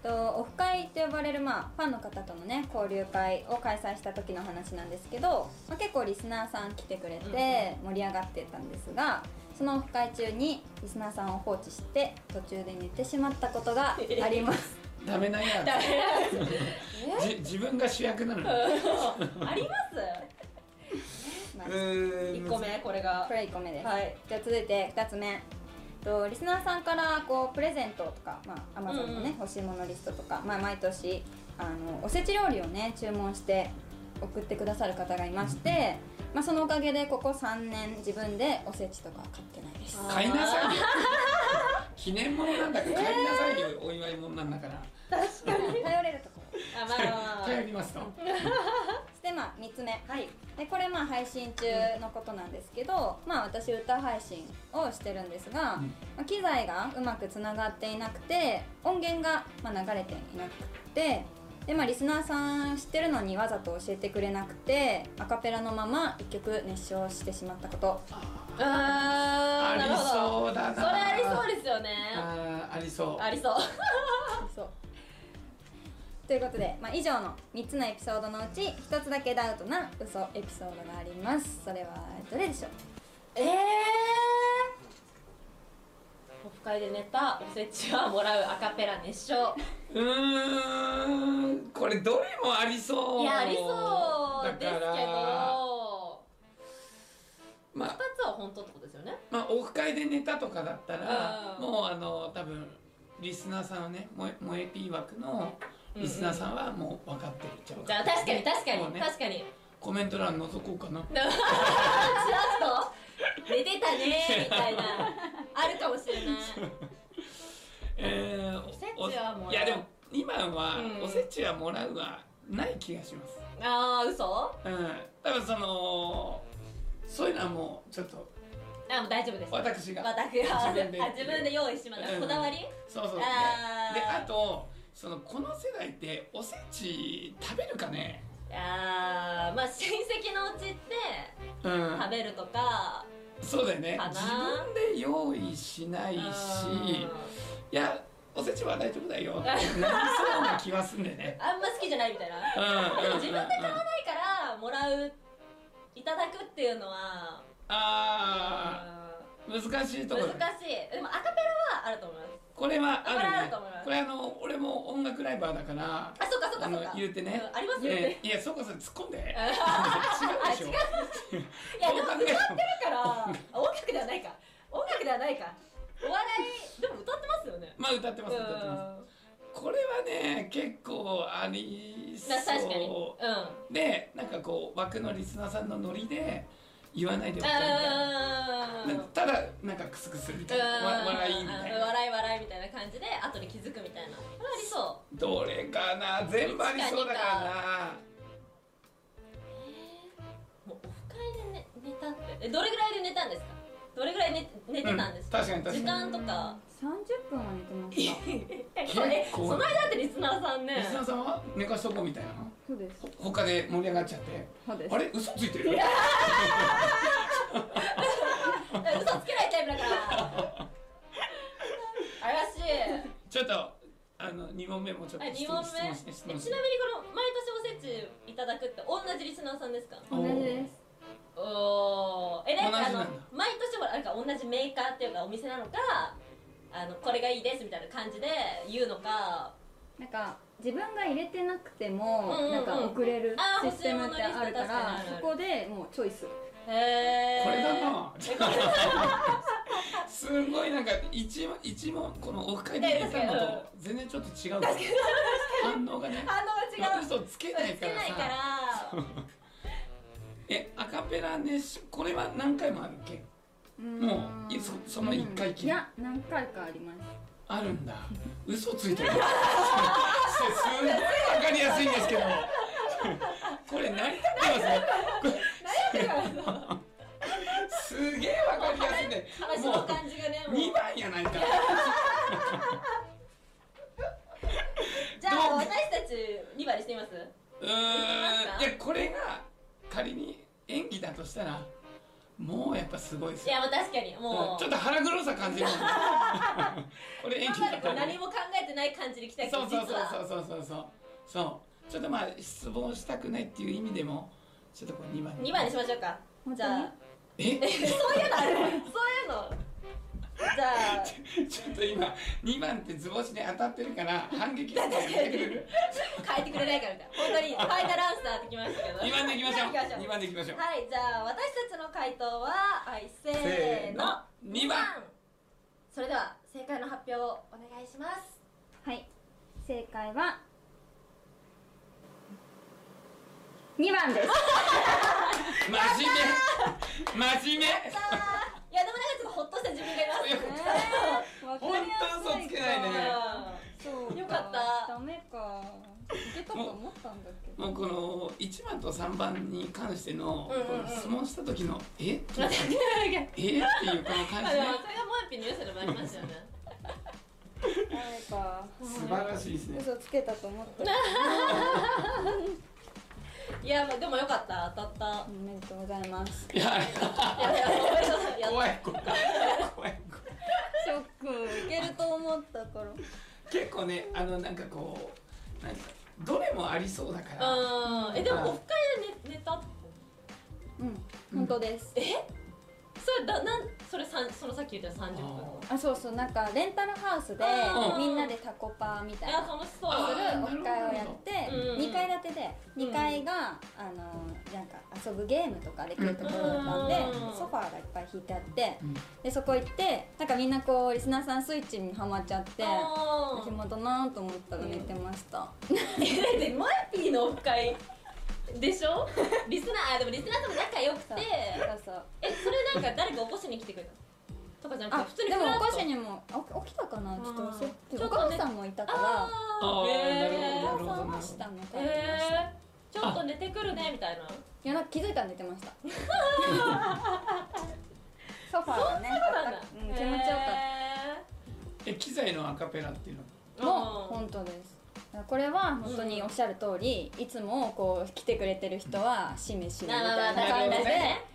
とオフ会と呼ばれる、まあ、ファンの方とのね交流会を開催した時の話なんですけど、まあ、結構リスナーさん来てくれて盛り上がってたんですがそのオフ会中にリスナーさんを放置して途中で寝てしまったことがあります ダメなんやダメなんですじ自分が主役なのにあります まあうーん1個目これがこれ1個目です、はいじゃあ続いて2つ目とリスナーさんからこうプレゼントとか、まあ、Amazon うのね、んうん欲しいものリストとか、まあ、毎年あのおせち料理をね注文して送ってくださる方がいまして、まあ、そのおかげでここ3年自分でおせちとか買ってないです買いなさいよ記念物なんだから買いなさいよ、お祝い物なんだから 頼れるところあまあまあまあ頼りますとそしてまあ3つ目はいでこれまあ配信中のことなんですけど、まあ私歌配信をしてるんですが、うんまあ機材がうまくつながっていなくて音源がまあ流れていなくてでまあリスナーさん知ってるのにわざと教えてくれなくてアカペラのまま一曲熱唱してしまったことああーなるりほどそうだなそれありそうですよねあーありそうありそうそうということで、まあ、以上の3つのエピソードのうち1つだけダウトな嘘エピソードがありますそれはどれでしょうええオフ会で寝たおせちはもらうアカペラ熱唱うーんこれどれもありそういいやありそうですけど2つまあは本当ってことですよねまあオフ会で寝たとかだったらうんもうあの多分リスナーさんはねもえもえ P 枠のリスナーさんはもう分かってるっちゃ分じゃかあってる確かに確かもうにね確かにコメント欄覗こうかなチラッと寝てたねーみたいなあるかもしれないえーおおせちはもらういやでも今はうんおせちはもらうはない気がしますあー嘘うん多分そのそういうのはもうちょっとあもう大丈夫です私が私は自分であ自分で用意してまだうんこだわりそうそうあーであとそのこの世代っておせち食べるかねあーまあ親戚のうちってうん食べるとかそうだよねかな自分で用意しないしうんいやおせちは大丈夫だよってなりそうな気はすんでねあんま好きじゃないみたいなうんうんうん自分で買わないからもらういただくっていうのはあー難しいうんとこ難ろしいでもアカペラはあると思いますこれはこれああるるとね思いますこれあの俺も音楽ライバーだからあそっかそっかそあのっか言うてねうんありますよねねいやそこそこ突っ込んで違うでしょいやでもど歌うっ考てえてるもからあ音楽ではないか音楽ではないかお笑いでも歌ってますよねまあ歌ってまうす歌ってますんこれはね結構ありそなう確かにうんあでなんかこう枠のリスナーさんのノリで言わないでおこうみたいなあなんかただなんかクスクスみたいなわ笑いみたいな笑い笑いみたいな感じで後で気づくみたいなこれありそどれかな全部ありそうだからうもうオフ会で寝寝たってえどれぐらいで寝たんですかどれぐらい寝寝てたんですか、うん確かに時確か間とか30分は寝てまし た結構その間だってリスナーさんねなリスナーさんは寝かしとこうみたいなそうですほ他で盛り上がっちゃってそうですあれ嘘ついてるえ嘘つけないタイプだから怪しいちょっとあの二問目もちょっはい、と2質問問目質問してえ質ちなみ問にしてこの毎年おせちいただくって同じリスナーさんですか同じですおーえなんかあ同じのなんだ毎年ほらなんか同じメーカーっていうかお店なのかあのこれがいいですみたいな感じで言うのかなんか自分が入れてなくても、うんうんうんなんか送れるあーシステムってあるか欲しいものリらスト確かにあるあるそこでもうチョイスへえこれだなすごいなんか一問一問このオフ会で入れたのと全然ちょっと違うから反応がね反応が違う嘘つけないつかけらないさから えアカペラねしこれは何回もあるっけうーんもういそその一回きうんいや何回かありますあるんだ嘘ついてるすごいわかりやすいんですけどこれ成り立ってますねすげえわかりやすいね話ものう感じがねもう2番やないかじゃあどう私たち2番にしてみますうーんいやこれが仮に演技だとしたらもうやっぱすごいですいよやもう確かにもうちょっと腹黒さ感じ るもんねこれ演技今まだでっこたうら何も考えてない感じで来たけそどう実そうそうはそうそうそうそうそうちょっとまあ失望したくないっていう意味でもちょっとこれ2番2番にしましょうかじゃあ えそうい うのあるそういうのじゃあちょっと今2番って図星に当たってるから反撃してやめてくれる変えてくれないからみたいな本当 にファイナルアンサーってきましたけど2番でいきましょう二番でい2き番でいきましょうはいじゃあ私たちの回答ははいせーの2番それでは正解の発表をお願いしますはい正解は2番です真面目真面目いやでもなんかちょっとほっとした自分がいますよね本当嘘つけないねそうよかったダメかいけたと思ったんだけどもうこの1番と3番に関してのうんうんうんこの質問した時の「えっ?」まあでもえーっていうこの感じそれねがモエピの良さでもありましたよねダメか素晴らしいですね嘘つけたと思ってる いやまあでもよかった当たったおめでとうございますいやいやいやごめんなさいやっ怖い怖い怖い怖いショックいけると思ったから結構ねあのなんかこうなんかどれもありそうだから、うんえでもオフ会で寝寝たうん本当ですそれだなんそれさんそのさっき言った30分あそうそうなんかレンタルハウスでうんみんなでタコパみたいいやな楽しそうするあーオフ会をやってなるほどうん2階建てでうん2階があのなんか遊ぶゲームとかできるところだったんでうんソファーがいっぱい引いてあってうんでそこ行ってなんかみんなこうリスナーさんスイッチにはまっちゃってあー暇だなと思ったら寝てましたえだってマーピーのオフ会でしょリスナーあでもリスナーとも仲良くてそうそうそうえそれなんか誰か起こしに来てくれたとかじゃなあくて普通にでフもラッおと菓子にもあ起きたかなちょっと忘れうんてお母さんもいたからあーあーえなおるほど母さんは下のー階にいましたいえー、ちょっと寝てくるねみたいなやなんか気づいたら寝てま したソファーがねそううんなんだ気持ちよかっえ機材のアカペラっていうのたも本当ですこれは本当におっしゃる通り、いつもこう来てくれてる人はしめしめみたいな感じで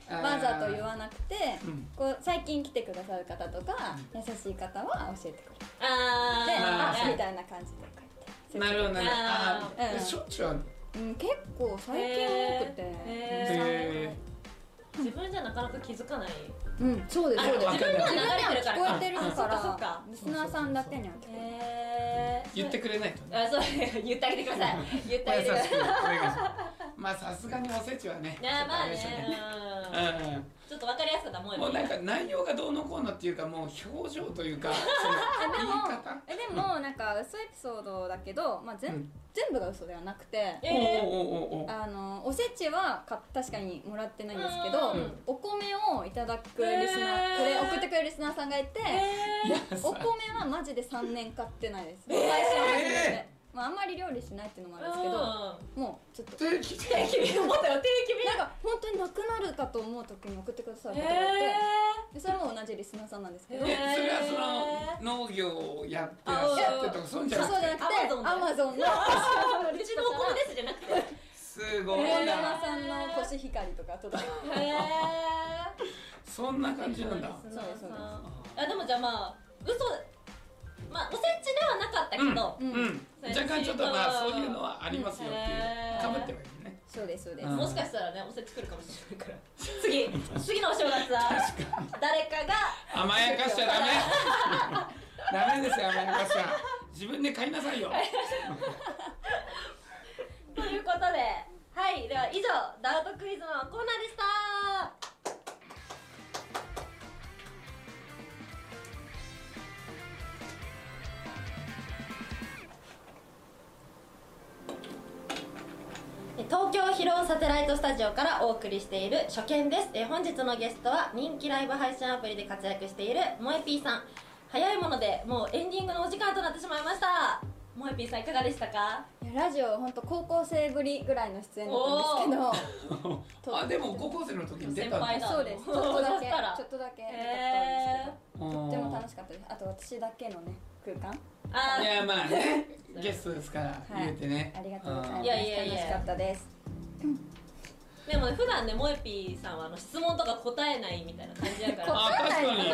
まあまあわまあざと言わなくて、うんこう最近来てくださる方とか、優しい方は教えてくれて、あでああーみたいな感じでこうやってなるほどなるほどああーーうんしょっちゅうあるうん、結構最近多くて、え自分じゃなかなか気づかないうん、そうですあそうです自分には自分には流れてるから聞こえてるかあそっからそっかリスナーさんだけには聞こええ言ってくれないとねあそう 言ってあげてください言ってあげてくまあだ優さしいくお願いしますまあさすがにおせちはねいやまあちょっとれでしたねうんうんうんちょっと分かりやすかったもんもうなんねか内容がどうのこうのっていうかもう表情というかその言い方てるえでもなんか嘘エピソードだけど、まあ全うん全部が嘘ではなくてえおうおうおうおうあのおせちはか確かにもらってないんですけど、うんお米をいただくリスナー、えーこれ送ってくれるリスナーさんがいて、えーお米はマジで3年買ってないです最初初めて、まあ、あんまり料理しないっていうのもあるんですけど、もうちょっと定期的定期便思ったよ定期便なんか本当になくなるかと思う時に送ってくださる方がいて、でそれも同じリスナーさんなんですけど、ええーそれはその農業をやってらっしゃってとかそういうんじゃなそうくじてゃなくて Amazon でアマゾンの うちのお米ですじゃなくてすごい大な山さんのコシヒカリとか届いてへえそんな感じなんだそうですそうですあでもじゃあまあ嘘まあおせちではなかったけどううんん若干ちょっとまあそういうのはありますよってへいーうかぶってはいるねそうですそうです、うんももしかしたらねおせち来るかもしれないから次次のお正月は誰かが甘やかしちゃダメ ダメですよ甘やかしは自分で買いなさいよということではいでは以上ダウトクイズのコーナーでしたえ東京疲労サテライトスタジオからお送りしている初見ですえ本日のゲストは人気ライブ配信アプリで活躍している萌えピーさん早いものでもうエンディングのお時間となってしまいました萌えピーさんいかがでしたかいやラジオ本当高校生ぶりぐらいの出演だったんですけあでも高校生の時に出たん先輩だだどそうですちょっとだけそしたらちょっとだけだったんへですうけどんとっても楽しかったですあと私だけのね空間あいーやまあねゲストですからい言うてねありがとうございますいやいやいや楽しかったですでもね普段ねもえぴーさんはあの質問とか答えないみたいな感じだか らあ確かにあ自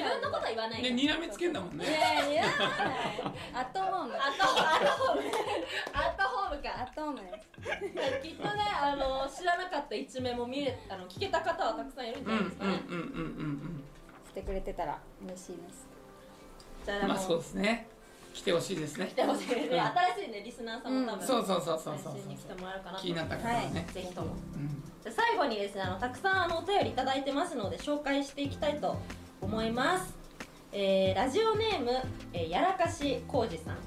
分のことは言わないかねら睨みつけんだもんいねやいやアットホームアットアットホームアットホームアかットホームですきっとねあの知らなかった一面も見れあの聞けた方はたくさんいるんじうゃんうなんいですかね、うんうんうんしてくれてたら嬉しいですじゃうあんまあもそうですね来てほしいですね来てほしいねうん新しいねリスナーさんも多分、そうそうそうそう来そう週に来てもらうかなと気になったからね、ぜひともうんじゃあ最後にですねあのたくさんあのお便りいただいてますので紹介していきたいと思います、えーラジオネーム、えーやらかしこうじさん、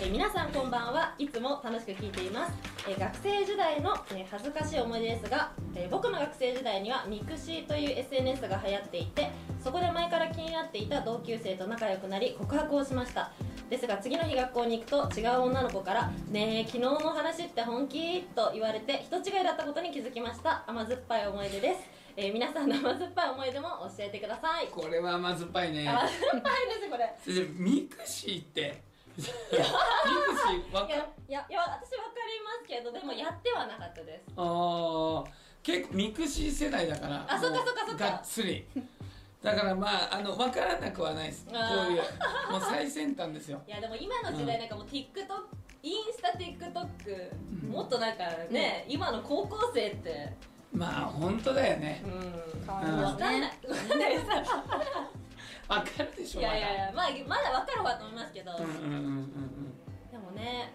えー皆さんこんばんはいつも楽しく聞いています、えー学生時代の、えー恥ずかしい思い出ですが、えー僕の学生時代にはミクシーという SNS が流行っていてそこで前から気になっていた同級生と仲良くなり告白をしましたですが次の日学校に行くと違う女の子から「ねえ昨日の話って本気?」と言われて人違いだったことに気づきました甘酸っぱい思い出です、えー皆さんの甘酸っぱい思い出も教えてくださいこれは甘酸っぱいね甘酸っぱいですこれ先生ミクシーってミクシーわいやかいやいや私わかりますけどでもやってはなかったですああ結構ミクシー世代だからあそっかもうそっかそっかがっつりだからまああの分からなくはないですこあーういうもう最先端ですよいやでも今の時代なんかもう TikTok、インスタ TikTok、うんもっとなんかね、今の高校生ってまあ本当だよねうん変わうりんまわかすんないねわかんないさ分かるでしょいやいやいやまあまだわかるわと思いますけど、まだうんうんうんうんうんでもね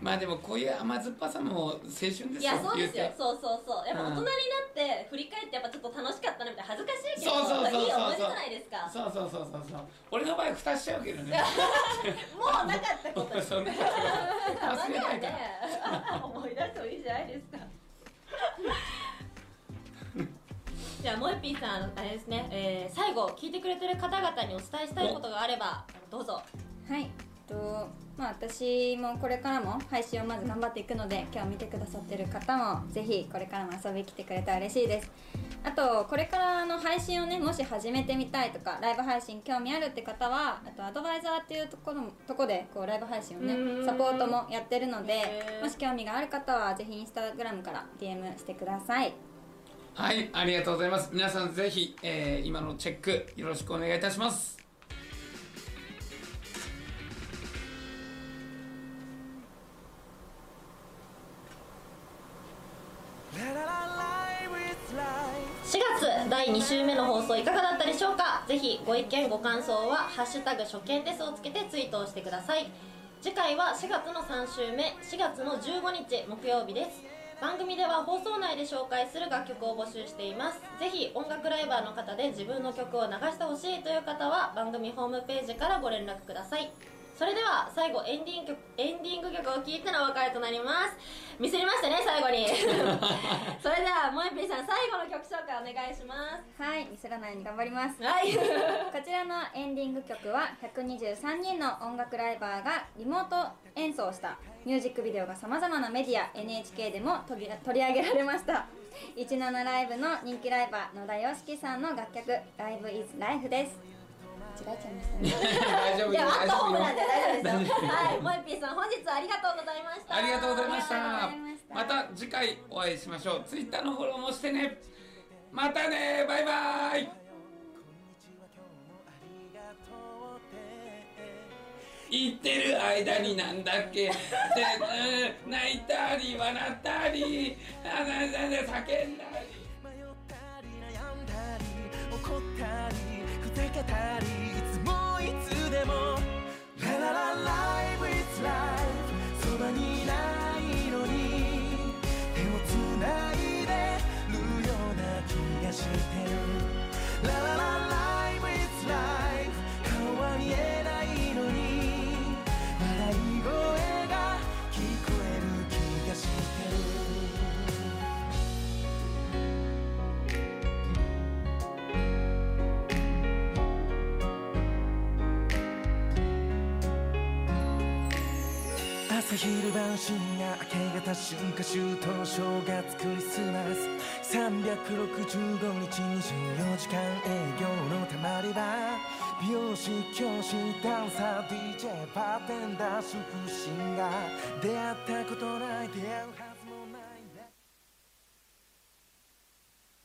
まあでもこういう甘酸っぱさも青春ですよいやそうですよ言てそうそうそうやっぱ大人になって振り返ってやっぱちょっと楽しかったなみたいな恥ずかしいけどそうそうそうそういい思い出じゃないですかそうそうそうそうそう俺の場合蓋しちゃうけど ねもうなかったことに そんなこ とたま忘にれはない から、ね思い出してもいいじゃないですかじゃあもえぴーさんあれですね、えー、最後聞いてくれてる方々にお伝えしたいことがあればどうぞはいえっとまあ私もこれからも配信をまず頑張っていくので今日見てくださってる方もぜひこれからも遊びに来てくれたら嬉しいですあとこれからの配信をねもし始めてみたいとかライブ配信興味あるって方はあとアドバイザーっていうところもとこでこうライブ配信をうーんねサポートもやってるのでへーもし興味がある方はぜひインスタグラムから DM してくださいはいありがとうございます皆さんぜひ、えー今のチェックよろしくお願いいたし ます4月第2週目の放送いかがだったでしょうかぜひご意見ご感想は「ハッシュタグ初見です」をつけてツイートをしてください次回は4月の3週目4月の15日木曜日です番組では放送内で紹介する楽曲を募集していますぜひ音楽ライバーの方で自分の曲を流してほしいという方は番組ホームページからご連絡くださいそれでは最後エンディング曲エンディング曲を聴いてのお別れとなりますミスりましたね最後にそれではもえぴーさん最後の曲紹介お願いしますはいミスらないように頑張りますはい。こちらのエンディング曲は123人の音楽ライバーがリモート演奏したミュージックビデオがさまざまなメディア NHK でも取り取り上げられました17ライブの人気ライバー野田洋樹さんの楽曲「ライブイズライフです間違えちゃいましたね大丈夫いや、アットホームなんでよ大丈夫ですよ。はい、もえぴーさん、本日はありがとうございました。ありがとうございましたありがとうございましたまた次回お会いしましょうツイッターのフォローもしてねまたねバイバイ言ってる間になんだっけでうん泣いたり笑ったりあなんだなんだ叫んだり迷ったり悩んだり怒ったりふざけたりいつもいつでもラララライブ is life そばにいないのに手をつないでるような気がしてるラララライブ is life 顔は見えないのに笑い声が聞こえる気がしてる朝昼晩深夜明け方春夏秋冬正月クリスマス365日24時間営業のたまり場美容師教師ダンサー DJ バーテンダー主婦シンガー出会ったことない出会うはずも